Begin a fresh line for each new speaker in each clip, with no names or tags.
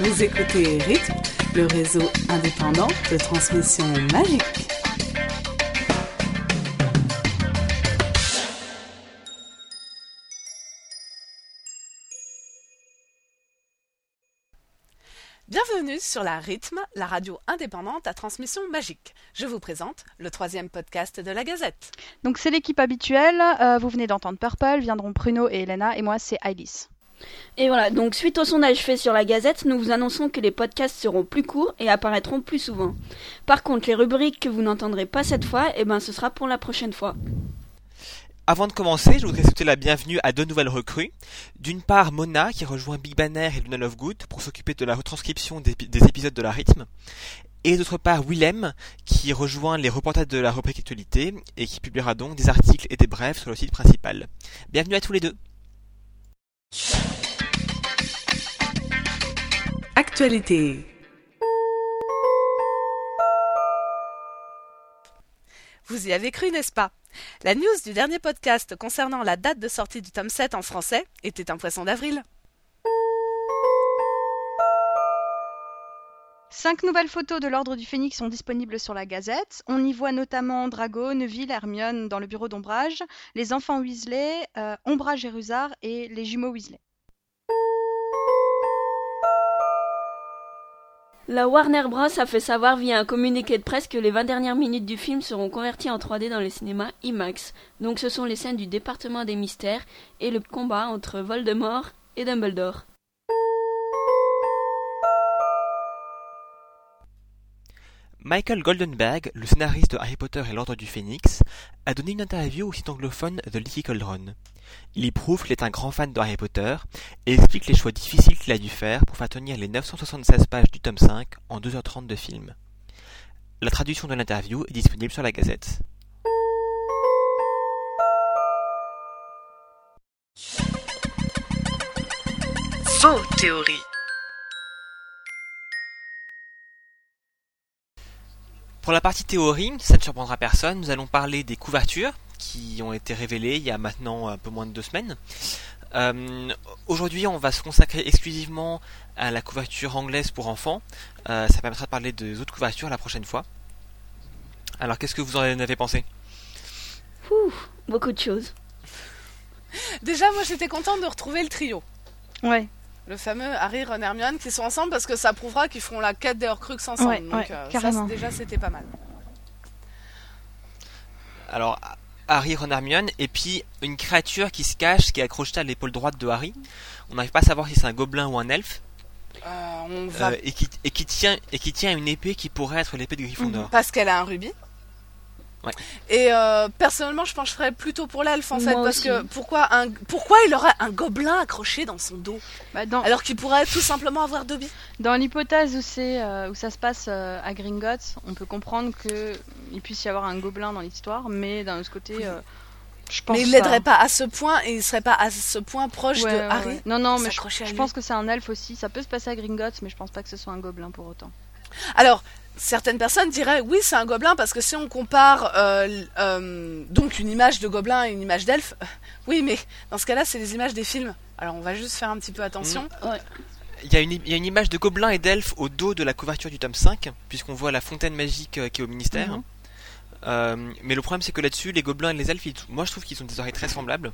Vous écoutez Rythme, le réseau indépendant de transmission magique.
Bienvenue sur la Rythme, la radio indépendante à transmission magique. Je vous présente le troisième podcast de la Gazette.
Donc c'est l'équipe habituelle, euh, vous venez d'entendre Purple, viendront Pruno et Elena, et moi c'est Alice.
Et voilà, donc suite au sondage fait sur la Gazette, nous vous annonçons que les podcasts seront plus courts et apparaîtront plus souvent. Par contre, les rubriques que vous n'entendrez pas cette fois, eh ben ce sera pour la prochaine fois.
Avant de commencer, je voudrais souhaiter la bienvenue à deux nouvelles recrues. D'une part, Mona, qui rejoint Big Banner et Luna Lovegood pour s'occuper de la retranscription des, des épisodes de la rythme. Et d'autre part, Willem, qui rejoint les reportages de la rubrique actualité et qui publiera donc des articles et des brèves sur le site principal. Bienvenue à tous les deux.
Actualité.
Vous y avez cru, n'est-ce pas La news du dernier podcast concernant la date de sortie du tome 7 en français était un poisson d'avril.
Cinq nouvelles photos de l'Ordre du Phénix sont disponibles sur la Gazette. On y voit notamment Drago, Neville, Hermione dans le bureau d'Ombrage, les enfants Weasley, euh, Ombrage et Rusard et les jumeaux Weasley.
La Warner Bros. a fait savoir via un communiqué de presse que les 20 dernières minutes du film seront converties en 3D dans les cinémas IMAX. Donc ce sont les scènes du département des mystères et le combat entre Voldemort et Dumbledore.
Michael Goldenberg, le scénariste de Harry Potter et l'Ordre du Phénix, a donné une interview au site anglophone The Leaky Cauldron. Il y prouve qu'il est un grand fan de Harry Potter et explique les choix difficiles qu'il a dû faire pour faire tenir les 976 pages du tome 5 en 2h30 de film. La traduction de l'interview est disponible sur la Gazette.
Vos théories.
Pour la partie théorie, ça ne surprendra personne, nous allons parler des couvertures qui ont été révélées il y a maintenant un peu moins de deux semaines. Euh, Aujourd'hui, on va se consacrer exclusivement à la couverture anglaise pour enfants. Euh, ça permettra de parler des autres couvertures la prochaine fois. Alors, qu'est-ce que vous en avez pensé
Ouh, beaucoup de choses.
Déjà, moi j'étais contente de retrouver le trio.
Ouais,
Le fameux Harry, Ron, Hermione qui sont ensemble parce que ça prouvera qu'ils feront la quête des Horcruxes ensemble.
Ouais,
Donc
ouais,
euh, ça,
carrément.
c'est- déjà c'était pas mal.
Alors, Harry, Ron, Hermione, et puis une créature qui se cache, qui est accrochée à l'épaule droite de Harry. On n'arrive pas à savoir si c'est un gobelin ou un elfe,
Euh, on va...
euh, et, qui, et qui tient, et qui tient une épée qui pourrait être l'épée de Gryffondor.
Parce qu'elle a un rubis.
Ouais.
Et euh, personnellement, je pencherais plutôt pour l'elfe en fait.
Moi
Parce
aussi.
que pourquoi, un... pourquoi il aurait un gobelin accroché dans son dos
Bah, dans
Alors qu'il pourrait tout simplement avoir deux billes.
dans l'hypothèse où, c'est, euh, où ça se passe euh, à Gringotts, on peut comprendre qu'il puisse y avoir un gobelin dans l'histoire, mais d'un autre côté, euh, je pense
Mais il
pas.
l'aiderait pas à ce point et il serait pas à ce point proche
Ouais,
de
ouais,
Harry.
ouais. Non, non, mais je,
s'accrocher à
je
lui.
pense que c'est un elfe aussi. Ça peut se passer à Gringotts, mais je pense pas que ce soit un gobelin pour autant.
Alors, certaines personnes diraient oui, c'est un gobelin parce que si on compare euh, l- euh, donc une image de gobelin et une image d'elfe, euh, oui, mais dans ce cas-là, c'est les images des films. Alors, on va juste faire un petit peu attention.
Il y, a une, il y a une image de gobelins et d'elfes au dos de la couverture du tome 5, puisqu'on voit la fontaine magique euh, qui est au ministère.
Mhm.
Euh, mais le problème, c'est que là-dessus, les gobelins et les elfes, ils- moi je trouve qu'ils ont des oreilles très semblables.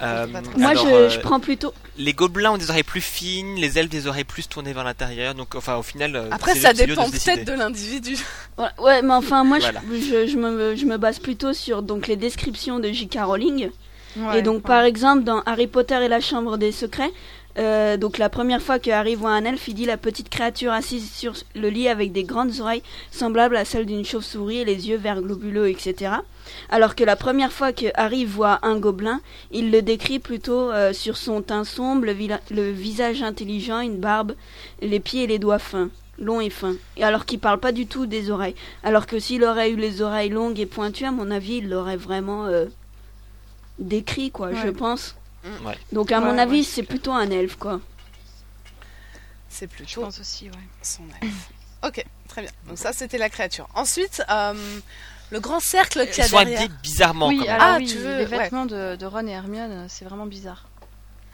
Euh,
Pas trop.
Moi
alors,
je,
euh,
je prends plutôt.
Les gobelins ont des oreilles plus fines, les elfes des oreilles plus tournées vers l'intérieur. Donc, enfin, au final, euh,
Après,
c'est-
ça
c'est dur
dépend
se
peut-être
décider.
de l'individu.
Voilà. Ouais, mais enfin moi je-
Voilà.
je, je me, je me base plutôt sur donc les descriptions de J.K. Rowling.
Ouais,
et donc,
ouais.
par exemple, dans Harry Potter et la Chambre des Secrets, euh, donc la première fois que Harry voit un elfe, il dit la petite créature assise sur le lit avec des grandes oreilles semblables à celles d'une chauve-souris et les yeux verts globuleux, etc. Alors que la première fois que Harry voit un gobelin, il le décrit plutôt euh, sur son teint sombre, le, vila- le visage intelligent, une barbe, les pieds et les doigts fins, longs et fins. Et alors qu'il parle pas du tout des oreilles. Alors que s'il aurait eu les oreilles longues et pointues, à mon avis, il l'aurait vraiment euh, décrit, quoi,
Ouais.
je pense.
Ouais.
Donc à
Ouais,
mon
ouais,
avis,
ouais,
c'est plutôt un elfe, quoi.
C'est
je
plutôt
pense aussi, ouais.
son elfe. Ok, très bien. Donc ça, c'était la créature. Ensuite, euh, le grand cercle qu'il y
Ils
a
sont
derrière.
habillés bizarrement
oui,
quand même.
alors
Ah,
oui,
tu veux-
les vêtements de, de Ron et Hermione, euh, c'est vraiment bizarre.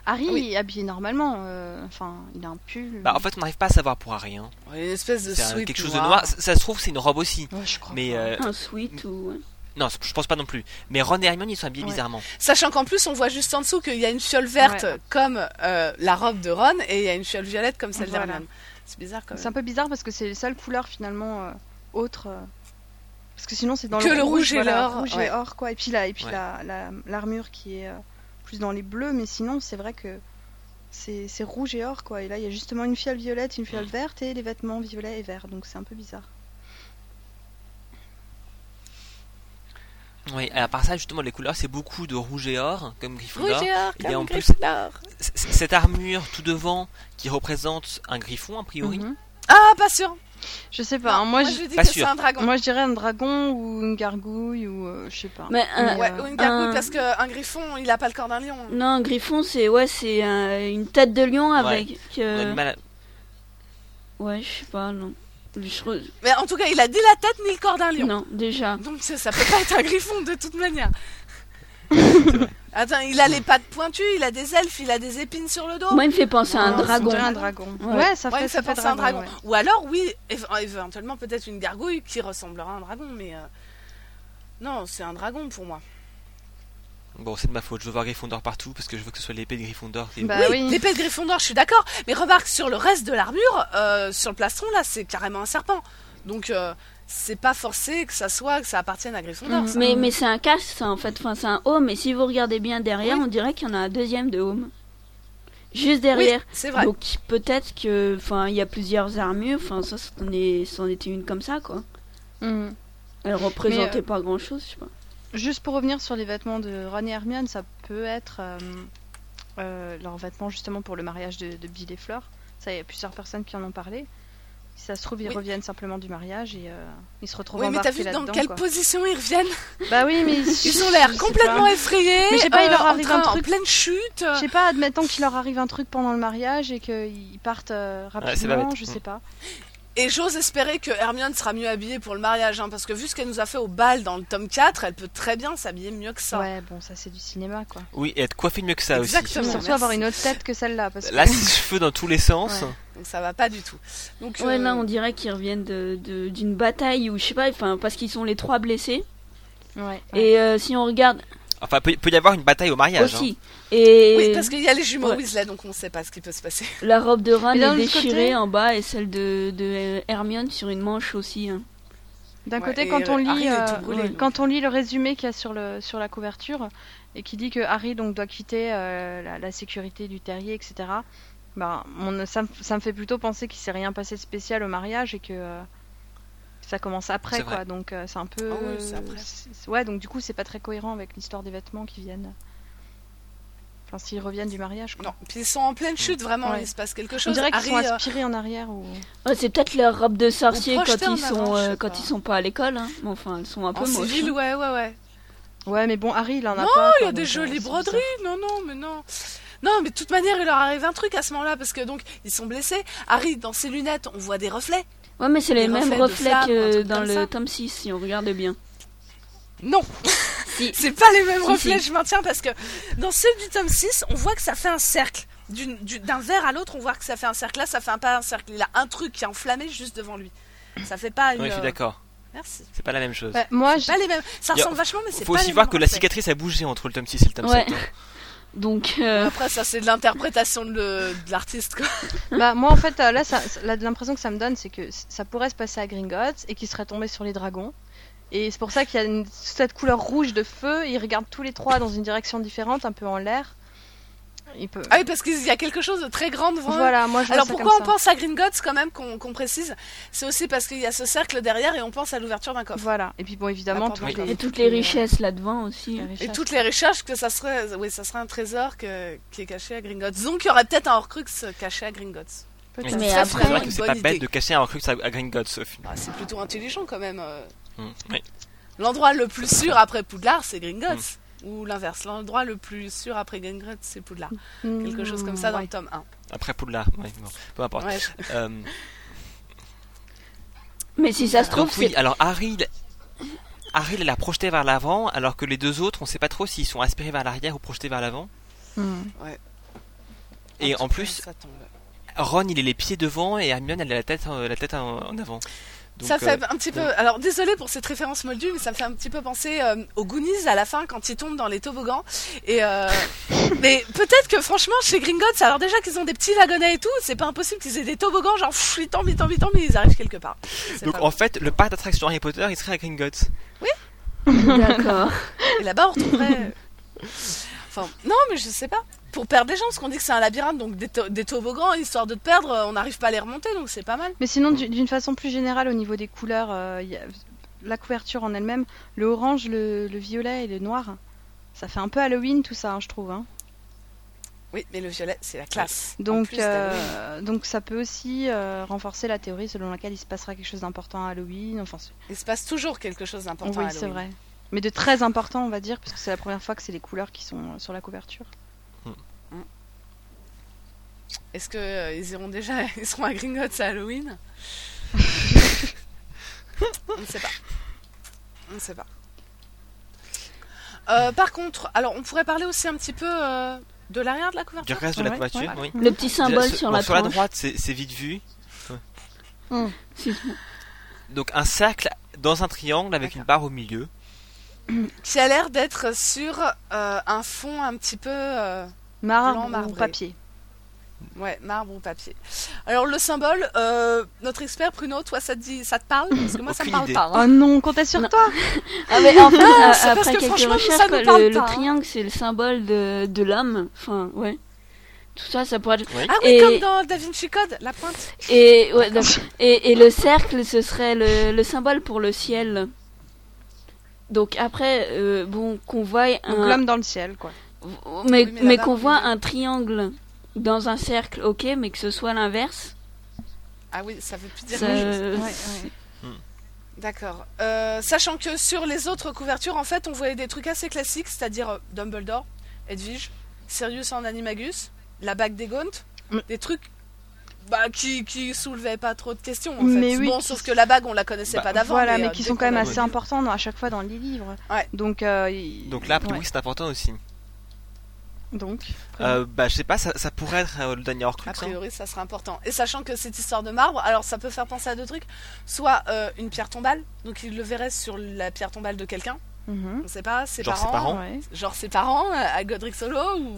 Harry
Oui.
est habillé normalement. euh, Enfin, il a un pull.
Bah, en fait, on n'arrive pas à savoir pour Harry. Hein.
Ouais, Une espèce de
C'est un-
sweat
quelque chose de
noir.
noir. Ça, ça se trouve, c'est une robe aussi.
Ouais, je crois
Mais
pas.
euh,
Un sweat ou.
non, je pense pas non plus. Mais Ron et Hermione, ils sont habillés
Ouais.
bizarrement.
Sachant qu'en plus, on voit juste en dessous qu'il y a une fiole verte
Ouais.
comme euh, la robe de Ron et il y a une fiole violette comme celle
Voilà.
d'Hermione. C'est bizarre quand
C'est
même.
un peu bizarre parce que c'est les seules couleurs finalement euh, autres. euh, Parce que sinon c'est dans
Que
le,
le rouge et
voilà,
l'or,
rouge et
ouais.
or, quoi. Et puis la, et puis
Ouais.
la, la- l'armure qui est euh, plus dans les bleus, mais sinon c'est vrai que c'est, c'est rouge et or, quoi. Et là il y a justement une fiole violette, une
Mm.
fiole verte et les vêtements violets et verts, donc c'est un peu bizarre.
Oui, à part ça, justement, les couleurs, c'est beaucoup de rouge et or, comme Gryffondor.
Rouge et or,
Il y a
comme
en plus-
Gryffondor.
C- c- Cette armure tout devant qui représente un griffon, a priori.
Mhm.
Ah, pas sûr.
Je sais pas. hein, moi,
Moi,
je...
je dis
pas
que
sûr.
c'est un dragon.
moi je dirais un dragon ou une gargouille ou euh, je sais pas.
Mais un-
Mais,
Ouais,
euh,
ou une gargouille,
un-
parce qu'un griffon, il a pas le corps d'un lion.
Non, un griffon, c'est ouais, c'est euh, une tête de lion avec.
On a du
euh,
mal à-
Ouais, je sais pas, non. Je re-
Mais en tout cas, il a ni la tête ni le corps d'un lion.
Non, déjà.
Donc ça, ça peut pas être un griffon de toute manière.
vrai.
Attends, il a les pattes pointues, il a des elfes, il a des épines sur le dos.
Moi, il me fait penser à un
non, ça me
dragon.
dirait Oh, Un dragon.
Ouais.
Ouais, ça
Ouais,
fait,
ça
ça fait
pense à un dragon.
ouais.
Ou alors, oui, éve- euh, éventuellement peut-être une gargouille qui ressemblera à un dragon, mais euh, non, c'est un dragon pour moi.
Bon, c'est de ma faute. Je veux voir Gryffondor partout parce que je veux que ce soit l'épée de Gryffondor. qui est-
Bah
oui,
oui.
l'épée de Gryffondor, je suis d'accord, mais remarque sur le reste de l'armure, euh, sur le plastron là, c'est carrément un serpent. Donc euh, c'est pas forcé que ça soit que ça appartienne à Gryffondor.
Mhm.
ça.
Mais, mais c'est un casque, ça, en fait. Enfin, c'est un home. Et si vous regardez bien derrière, on dirait qu'il y en a un deuxième de home. Juste
Oui,
derrière.
c'est vrai.
Donc peut-être que, enfin, il y a plusieurs armures. Enfin, ça, c'en est- c'en était une comme ça, quoi.
Mm.
euh,
Mhm.
Elle représentait
Mais,
pas grand-chose, je sais pas.
Juste pour revenir sur les vêtements de Ron et Hermione, ça peut être euh, euh, leurs vêtements justement pour le mariage de, de Bill et Fleur. Ça, il y a plusieurs personnes qui en ont parlé. Si ça se trouve, ils
Oui.
reviennent simplement du mariage et euh, ils se retrouvent
Oui, mais t'as
embarqués
vu dans
là-dedans.
quelle
quoi.
position ils reviennent
Bah oui, mais
Ils ont l'air
je sais
complètement
pas.
effrayés. euh,
Mais je sais pas, il leur
en
arrive un
train-
truc.
En pleine chute.
Je sais pas, admettons qu'il leur arrive un truc pendant le mariage et qu'ils partent euh,
Ouais, c'est pas
rapidement,
bête. Mm.
je sais pas.
Et j'ose espérer que Hermione sera mieux habillée pour le mariage, hein, parce que vu ce qu'elle nous a fait au bal dans le tome 4, elle peut très bien s'habiller mieux que ça.
Ouais, bon, ça c'est du cinéma quoi.
Oui, et être coiffé mieux que ça
Exactement.
aussi.
Surtout
merci.
avoir une autre tête que celle-là. Parce que...
Là, ses cheveux dans tous les sens.
Ouais.
Donc ça va pas du tout. Donc,
Ouais,
euh,
là, on dirait qu'ils reviennent de- de- d'une bataille ou je sais pas. Enfin, parce qu'ils sont les trois blessés.
Ouais, ouais.
Et euh, si on regarde
Enfin, peut, peut y avoir une bataille au mariage.
aussi. Et
Oui, parce qu'il y a les jumeaux
Ouais.
Weasley, donc on sait pas ce qui peut se passer.
la robe de Ron
Et d'un
est
autre
déchirée
côté-
en bas et celle de, de Hermione sur une manche aussi. hein.
D'un
Ouais,
côté,
et,
quand on
euh,
lit,
Harry, il est tout
euh,
brûlé,
ouais,
donc.
quand on lit le résumé qu'il y a sur le sur la couverture et qui dit que Harry donc doit quitter euh, la, la sécurité du terrier, etc. Bah, on- ça, me- ça me fait plutôt penser qu'il s'est rien passé de spécial au mariage et que euh, ça commence après
C'est vrai.
quoi. Donc euh, c'est un peu.
Ah oui, c'est après.
c'est- Ouais, donc du coup c'est pas très cohérent avec l'histoire des vêtements qui viennent. Enfin, s'ils reviennent du mariage. Quoi.
Non, puis ils sont en pleine chute, vraiment,
Ouais.
il se passe quelque
On
chose.
dirait qu'ils
Harry,
sont
euh,
aspirés en arrière ou.
Ouais, Ah, c'est peut-être leur robe de sorcier
Ou
quand
projetée
ils
en avant,
sont
je
euh,
sais
quand
pas. Oh,
ils sont pas à l'école. hein. Mais enfin, elles sont un
en
peu moches.
civil,
hein.
ouais, ouais, ouais.
Ouais, mais bon, Harry il en a
Non,
pas.
Il y
quoi,
a des
donc, euh,
jolies
c'est bizarre.
broderies, non, non, mais non. Non, mais de toute manière, il leur arrive un truc à ce moment-là, parce que donc, ils sont blessés. Harry, dans ses lunettes, on voit des reflets.
Ouais, mais c'est les
Des
mêmes
reflets de
reflets
flammes, un
que
truc
dans
comme
le
ça.
tome 6 si on regarde bien.
Non,
Si.
c'est pas les mêmes
Si,
reflets,
si.
je maintiens, parce que dans ceux du tome 6, on voit que ça fait un cercle. D'une- du- D'un verre à l'autre, on voit que ça fait un cercle. Là, ça fait un pas un cercle. Il a un truc qui est enflammé juste devant lui. Ça fait pas une.
Oui, hein. je suis
euh,
d'accord.
Merci.
C'est pas la même chose.
Bah, moi, je-
Pas les mêmes. Ça
Il y a-
ressemble vachement, mais c'est
Faut
pas
aussi
les
voir
mêmes
que la
reflets.
cicatrice a bougé entre le tome 6 et le tome
Ouais.
7. hein.
Donc euh,
Après, ça, c'est de l'interprétation de, le- de l'artiste, quoi.
Bah, moi en fait euh, là, ça- ça- là, l'impression que ça me donne c'est que c- ça pourrait se passer à Gringotts et qu'il serait tombé sur les dragons. Et c'est pour ça qu'il y a une- cette couleur rouge de feu. Ils regardent tous les trois dans une direction différente, un peu en l'air. Il peut.
Ah oui, parce qu'il y a quelque chose de très grand devant eux.
Voilà, moi je vois
Alors
ça
pourquoi on
comme ça.
pense à Gringotts quand même qu'on qu'on précise C'est aussi parce qu'il y a ce cercle derrière et on pense Ah, à l'ouverture d'un coffre.
Voilà. Et puis bon évidemment
Attends,
toutes
oui.
les,
et toutes les
euh,
richesses là devant aussi.
les
hein.
Et
richesses.
toutes les recherches que ça serait, oui, ça serait un trésor que- qui est caché à Gringotts. Donc il y aurait peut-être un Horcrux caché à Gringotts.
Peut-être.
Mais
Ça
après-
serait
C'est vrai
une
que c'est
bonne
pas
idée.
bête de cacher un recrux à, à Gringotts au final.
Ah, c'est plutôt intelligent quand même. euh.
Mm. Oui.
L'endroit le plus sûr après Poudlard, c'est Gringotts.
Hmm.
Ou l'inverse, l'endroit le plus sûr après Gringotts, c'est Poudlard.
Mm.
Quelque chose comme ça dans
Ouais.
le tome 1.
Après Poudlard. Ouais, bon, peu importe.
Ouais,
Euh,
Mais si ça se trouve,
donc oui,
c'est
alors Harry, il- Harry il l'a projeté vers l'avant, alors que les deux autres, on sait pas trop s'ils sont aspirés vers l'arrière ou projetés vers l'avant.
Hmm.
Et en
tout cas,
plus-
ça tombe.
Ron, il est les pieds devant et Hermione, elle a la tête, euh, la tête en, en avant. Donc,
ça
euh,
fait un petit peu. Alors désolé pour cette référence moldue, mais ça me fait un petit peu penser euh, aux Goonies à la fin quand ils tombent dans les toboggans. Et euh, mais peut-être que franchement chez Gringotts, alors déjà qu'ils ont des petits wagonnets et tout, c'est pas impossible qu'ils aient des toboggans genre pff, ils tombent, ils tombent, ils tombent, mais ils arrivent quelque part. C'est
Donc
pas
en fait, le parc d'attractions Harry Potter, il serait à Gringotts.
D'accord.
bon. Et là-bas on retrouverait. euh, enfin non, mais je sais pas. Pour perdre des gens, parce qu'on dit que c'est un labyrinthe, donc des, to- des toboggans, histoire de te perdre, euh, on n'arrive pas à les remonter, donc c'est pas mal.
Mais sinon, du- d'une façon plus générale, au niveau des couleurs, euh, y a- la couverture en elle-même, le orange, le, le violet et le noir, ça fait un peu Halloween tout ça, hein, je trouve. hein.
Oui, mais le violet, c'est la classe. En
Donc,
plus d'Halloween.
euh, donc ça peut aussi euh, renforcer la théorie selon laquelle il se passera quelque chose d'important à Halloween. Enfin, c'est-
il se passe toujours quelque chose d'important.
oui,
à
c'est
Halloween.
vrai. Mais de très important, on va dire, parce que c'est la première fois que c'est les couleurs qui sont euh, sur la couverture.
Est-ce que euh, ils iront déjà, ils seront à Gringotts à Halloween On ne sait pas. On ne sait pas. Euh, par contre, alors on pourrait parler aussi un petit peu euh, de l'arrière de la
Du
couverture.
reste de la
Ouais,
couverture,
ouais.
oui.
Le petit symbole
Ce-
sur
bon,
la
sur la
tranche.
droite, c'est c'est vite vu.
Mmh.
Si.
Donc un cercle dans un triangle avec une barre au milieu.
Qui a l'air d'être sur euh, un fond un petit peu, euh, Blanc
Marbre ou
marbré.
papier.
ouais, marbre ou papier. Alors le symbole, euh, notre expert Pruno, toi ça te dit, ça te parle Parce que moi ça me
Aucune
parle
idée.
pas. hein.
Oh non, comptez sur
Non.
toi
Ah, mais en fait,
Ah,
a-
c'est parce
après
que
quelques
franchement, nous, ça
recherches,
nous
quoi,
parle
le, le
pas, hein.
triangle, c'est le symbole de, de l'homme. Enfin, ouais. Tout ça, ça pourrait être...
Ah oui,
Et-
comme dans Da Vinci Code, la pointe.
Et, ouais, donc- et, et le cercle, ce serait le, le symbole pour le ciel. Donc après, euh, bon, qu'on voit
Donc
un...
l'homme dans le ciel, quoi.
Mais,
Oui, mais
mais
là-bas,
qu'on
oui.
voit un triangle dans un cercle, ok, mais que ce soit l'inverse.
Ah oui, ça veut plus dire
Ça-
grand-chose.
Ouais,
euh,
ouais.
D'accord. Euh, sachant que sur les autres couvertures, en fait, on voyait des trucs assez classiques, c'est-à-dire euh, Dumbledore, Edwige, Sirius en Animagus, la bague des Gaunt,
Mm.
des trucs bah, qui, qui soulevaient pas trop de questions. En
Mais
fait.
oui,
bon,
qui-
sauf que la bague, on la connaissait
Bah,
pas d'avant.
Voilà, mais,
euh,
qui
dès
sont
qu'on
quand même
l'a
assez
vue-
importants dans- à chaque fois dans les livres.
Ouais.
Donc, euh, il-
Donc là, a priori,
ouais.
c'est important aussi.
donc
Euh, bah, je sais pas, ça, ça pourrait être euh, le dernier Horcrux.
A
hein.
priori, ça sera important. Et sachant que cette histoire de marbre, alors ça peut faire penser à deux trucs. Soit euh, une pierre tombale, donc il le verrait sur la pierre tombale de quelqu'un,
Mhm.
on sait pas, ses
Genre ses
parents,
parents.
Ouais.
genre ses parents, euh, à Godric Solo ou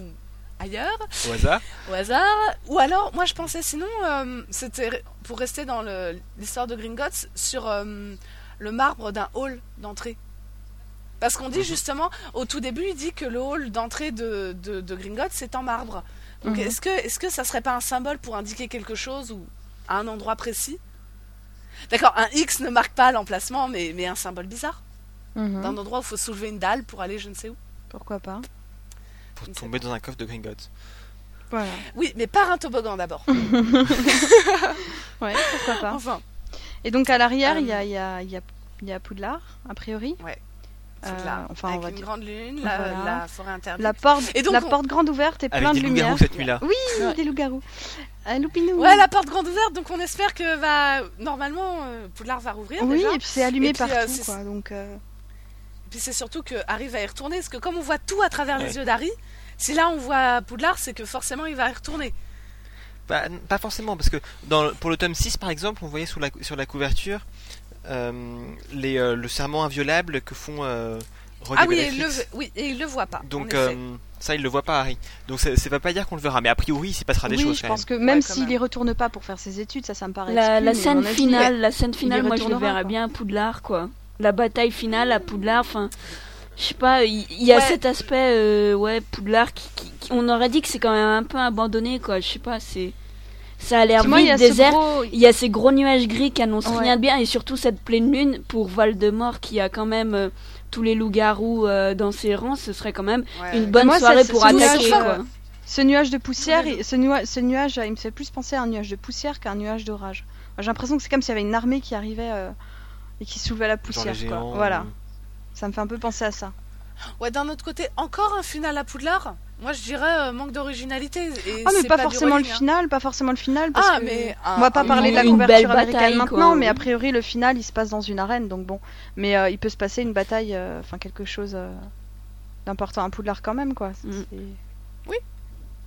ailleurs.
Au hasard.
au hasard. Ou alors, moi je pensais sinon, euh, c'était pour rester dans le- l'histoire de Gringotts, sur euh, le marbre d'un hall d'entrée. Parce qu'on dit
Mhm.
justement, au tout début, il dit que le hall d'entrée de, de, de Gringotts c'est en marbre. Donc
Mhm.
est-ce que, est que ça serait pas un symbole pour indiquer quelque chose ou à un endroit précis D'accord, un X ne marque pas l'emplacement, mais, mais un symbole bizarre.
Mhm.
D'un endroit où il faut soulever une dalle pour aller je ne sais où.
Pourquoi pas
Pour
Je sais
tomber dans un coffre de Gringotts.
Voilà.
Oui, mais par un toboggan d'abord.
Mhm. Ouais, pourquoi pas.
Enfin,
Et donc à l'arrière,
Euh,
il y, a, il y, a, il y a- il y a Poudlard, a priori.
c'est de
Euh,
là.
enfin, on
avec
va
une
dire-
grande lune, la,
Voilà.
la forêt interdite.
La porte,
Et donc,
la
on-
porte grande ouverte et plein
Avec
de
des
lumière.
loups-garous cette nuit-là.
Oui, des loups-garous. Un loupinou.
Ouais, la porte grande ouverte, donc on espère que va normalement euh, Poudlard va rouvrir
Oui,
déjà.
et puis c'est allumé
Et puis, euh,
partout,
c'est-
quoi. Donc, euh,
Puis c'est surtout que Harry va y retourner, parce que comme on voit tout à travers
Ouais.
les yeux d'Harry, si là on voit Poudlard, c'est que forcément il va y retourner.
Bah, n- pas forcément, parce que dans, le- pour le tome 6, par exemple, on voyait sous la, sur la couverture euh, les, euh, le serment inviolable que font euh, Ron
ah
et
oui, et il
Bellatrix.
le, oui, et il le voit pas. en
Donc
effet.
euh, ça, il le voit pas, Harry. Donc ça, ça va pas dire qu'on le verra, mais a priori, il s'y passera des
oui,
choses
je
quand
pense
même.
que même
Ouais, quand
s'il
même.
y retourne pas pour faire ses études, ça, ça me paraît.
La,
exclu,
la
Ah, mais à
scène
mon avis,
finale, la scène finale, moi je le
retournera,
verrais
quoi.
bien à Poudlard, quoi. La bataille finale à Poudlard, enfin, je sais pas, il il y, a
Ouais.
cet aspect, euh, ouais, Poudlard, qui, qui- qui- on aurait dit que c'est quand même un peu abandonné, quoi, je sais pas, c'est... Ça a l'air
Effectivement, il y
vide,
a ce
désert,
gros-
il y a ces gros nuages gris qui annoncent
Ouais.
rien de bien, et surtout cette pleine lune pour Voldemort qui a quand même euh, tous les loups-garous euh, dans ses rangs, ce serait quand même
euh,
Ouais.
une bonne
moi, ça,
soirée
ce-
pour
ce nuage,
attaquer,
euh,
quoi.
Ce nuage de poussière, il- ce, nua- ce nuage, euh, il me fait plus penser à un nuage de poussière qu'à un nuage d'orage. J'ai l'impression que c'est comme s'il y avait une armée qui arrivait euh, et qui soulevait la
Genre
poussière.
les
quoi.
géants,
Voilà,
euh,
ça me fait un peu penser à ça.
Ouais, d'un autre côté, encore un final à Poudlard. Moi je dirais euh, manque d'originalité. et
Ah, mais
c'est
pas,
du
forcément le
rolling, hein.
final, pas forcément le final. Parce
Ah,
que
mais
on va
un-
pas
un
parler de la
une
moment-
belle
couverture américaine
bataille,
maintenant,
quoi,
mais
oui.
a priori le final il se passe dans une arène, donc bon. Mais euh, il peut se passer une bataille, euh, enfin quelque chose euh, d'important à Poudlard quand même, quoi. C'est-
Mm.
c'est-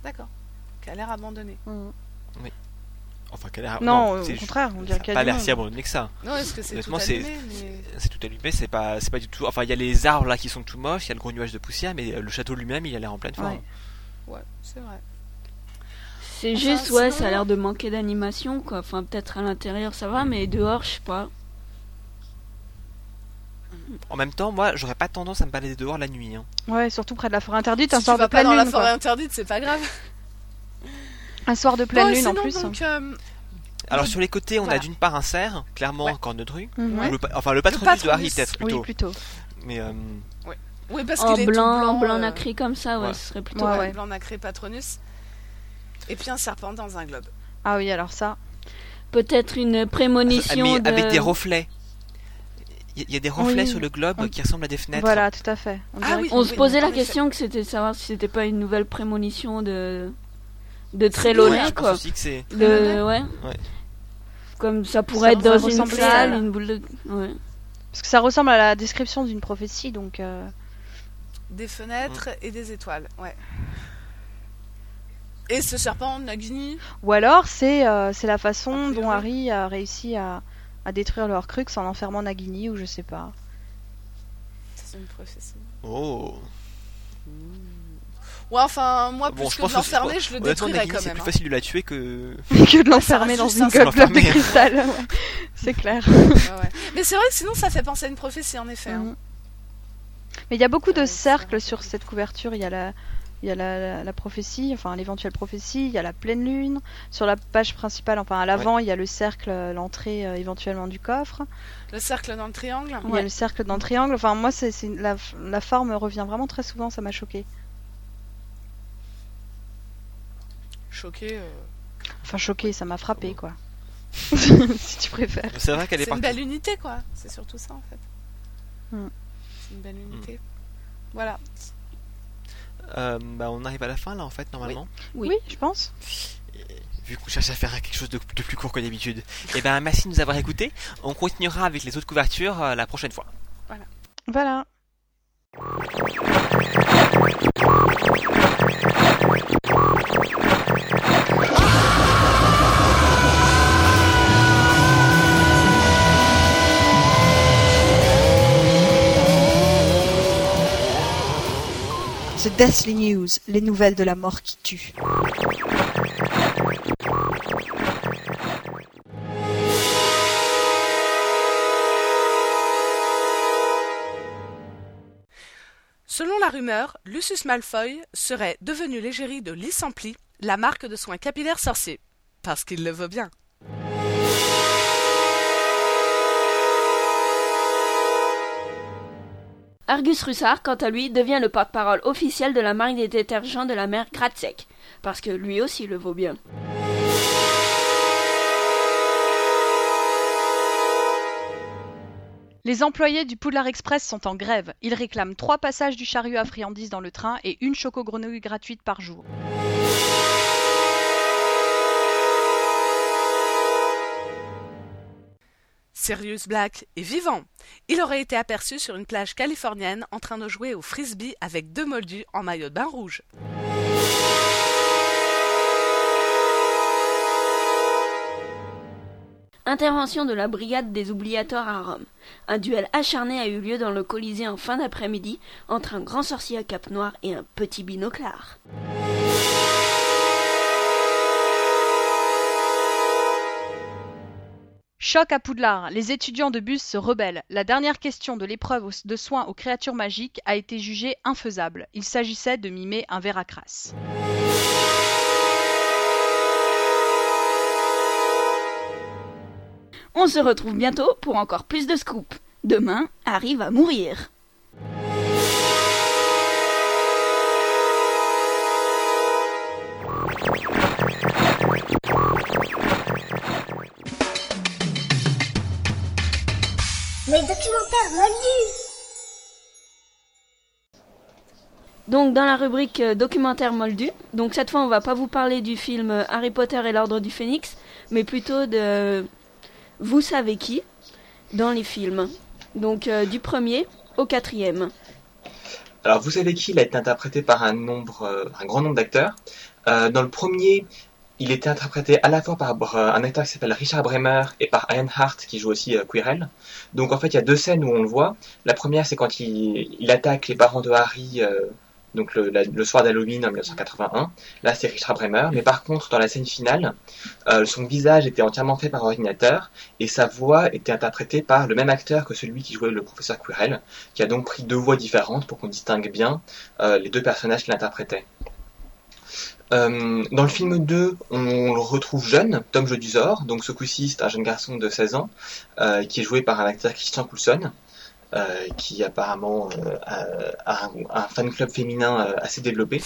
D'accord. Ok. qui a l'air abandonnée.
Mm.
Enfin, qu'elle a...
Non, au
c'est ju-
contraire, on
ça
dirait
a
qu'il y a
pas
du
l'air
monde.
si abandonné que ça.
Non, est-ce que c'est tout
Honnêtement, c'est-
allumé, mais-
C'est tout allumé, c'est pas, c'est pas du tout. Enfin, il y a les arbres là qui sont tout moches, il y a le gros nuage de poussière, mais euh, le château lui-même, il a l'air en pleine forme.
Ouais.
Ouais, c'est vrai.
C'est
Enfin,
juste, ouais,
sinon-
ça a l'air de manquer d'animation, quoi. Enfin, peut-être à l'intérieur, ça va, mais dehors, je sais pas.
En même temps, moi, j'aurais pas tendance à me balader dehors la nuit. hein.
Ouais, surtout près de la forêt interdite, un
Si tu
soir de
vas pas
pleine
dans la
lune.
forêt
quoi.
interdite, c'est pas grave.
Un soir de pleine
Bon,
lune en
sinon,
plus. hein.
donc, euh,
Alors, sur les côtés, on
Voilà.
a d'une part un cerf, clairement,
Ouais.
cornedru.
Mhm.
Ouais.
Le pa- Enfin, le patron de
patronus.
Harry, peut-être
Oui,
plutôt.
plutôt.
Mais euh,
Oui, parce
En
qu'il est tout
blanc,
blanc,
en blanc
euh,
nacré comme ça, ouais,
ouais.
ce serait plutôt.
Plutôt
Ouais,
un
ouais.
blanc nacré patronus. Et puis un serpent dans un globe.
Ah oui, alors ça.
Peut-être une prémonition
mais
de...
avec des reflets. Il y- il y a des reflets
Oui.
sur le globe
On-
qui ressemblent à des fenêtres.
Voilà, tout à fait. On
Ah
dirait
oui.
que-
On se
Oui,
posait
donc, en
la
effet.
question que c'était de savoir si c'était pas une nouvelle prémonition de de
Ouais,
Trelawney,
je pense
quoi.
aussi que c'est.
De... Ouais.
Ouais.
Comme ça
Ça
pourrait être dans une
ressemblait à-
salle, une boule de... Ouais.
Parce que ça ressemble à la description d'une prophétie, donc. euh,
Des fenêtres
Mm.
et des étoiles, ouais. Et ce serpent, Nagini,
Ou alors, c'est euh, c'est la façon
A priori.
dont Harry a réussi à, à détruire le Horcrux en enfermant Nagini, ou je sais pas.
c'est une prophétie.
Oh.
Mmh. Ouais, enfin, moi,
Bon,
plus
je
que
pense
de
que
l'enfermer, je le
Honnêtement,
détruirais
Nagini,
quand
c'est
même.
plus
hein.
facile de la tuer que.
Mais que de l'enfermer
Ah, Ça
dans
reste
une
juste un
globe
serpent.
de cristal. ouais. C'est clair.
hein. Ouais, ouais. Mais c'est vrai que sinon, ça fait penser à une prophétie, en effet. hein.
Mhm. Mais il y a beaucoup de
Ouais, c'est vrai.
cercles sur cette couverture. Il y a la, il y a la, la- la prophétie, enfin l'éventuelle prophétie. Il y a la pleine lune. Sur la page principale, enfin à l'avant, il y a le cercle, euh, l'entrée euh, éventuellement du coffre.
Le cercle dans le triangle.
Il y a le cercle dans le triangle. Enfin moi, c'est c'est- la, la forme revient vraiment très souvent. Ça m'a choqué.
Choqué. euh,
Enfin choqué, ça m'a frappé quoi. si tu préfères.
C'est vrai qu'elle est
C'est une
partout.
belle unité, quoi. C'est surtout ça, en fait.
Mm.
C'est une belle unité. Voilà.
Euh, bah, on arrive à la fin là en fait normalement.
Oui.
Oui, je pense.
Vu qu'on cherche à faire quelque chose de, de plus court que d'habitude. Et ben merci de nous avoir écoutés. On continuera avec les autres couvertures euh, la prochaine fois.
Voilà.
The Deathly News, les nouvelles de la mort qui tue.
Selon la rumeur, Lucius Malfoy serait devenu l'égérie de Lysampli, la marque de soins capillaires sorciers. Parce qu'il le veut bien.
Argus Russard, quant à lui, devient le porte-parole officiel de la marque des détergents de la mer Gratzek. Parce que lui aussi le vaut bien.
Les employés du Poudlard Express sont en grève. Ils réclament trois passages du chariot à friandises dans le train et une choco-grenouille gratuite par jour.
Sirius Black est vivant. Il aurait été aperçu sur une plage californienne en train de jouer au frisbee avec deux moldus en maillot de bain rouge.
Intervention de la brigade des oubliateurs à Rome. Un duel acharné a eu lieu dans le Colisée en fin d'après-midi entre un grand sorcier à cap noir et un petit binoclard.
Choc à Poudlard, les étudiants de bus se rebellent. La dernière question de l'épreuve aux- de soins aux créatures magiques a été jugée infaisable. Il s'agissait de mimer un verre à crasse.
On se retrouve bientôt pour encore plus de scoops. Demain, Harry va mourir.
Les documentaires reliés
Donc dans la rubrique euh, documentaire moldu, donc cette fois on va pas vous parler du film euh, Harry Potter et l'ordre du phénix, mais plutôt de euh, vous savez qui dans les films. Donc euh, du premier au quatrième.
Alors vous savez qui il a été interprété par un nombre, euh, un grand nombre d'acteurs.
Euh, dans le premier, il était interprété à la fois par euh, un acteur qui s'appelle Richard Bremer et par Ian Hart qui joue aussi euh, Quirrell. Donc en fait, il y a deux scènes où on le voit. La première, c'est quand il, il attaque les parents de Harry euh, donc le, la- le soir d'Halloween en 1981. Là, c'est Richard Bremer. Mais par contre, dans la scène finale, euh, son visage était entièrement fait par ordinateur et sa voix était interprétée par le même acteur que celui qui jouait le professeur Quirrell, qui a donc pris deux voix différentes pour qu'on distingue bien euh, les deux personnages qui l'interprétaient. Euh, dans le film 2, on, on le retrouve jeune, Tom Jedusor, donc ce coup-ci c'est un jeune garçon de 16 ans, euh, qui est joué par un acteur Christian Coulson, euh, qui apparemment euh, a, a un, un fan club féminin euh, assez développé.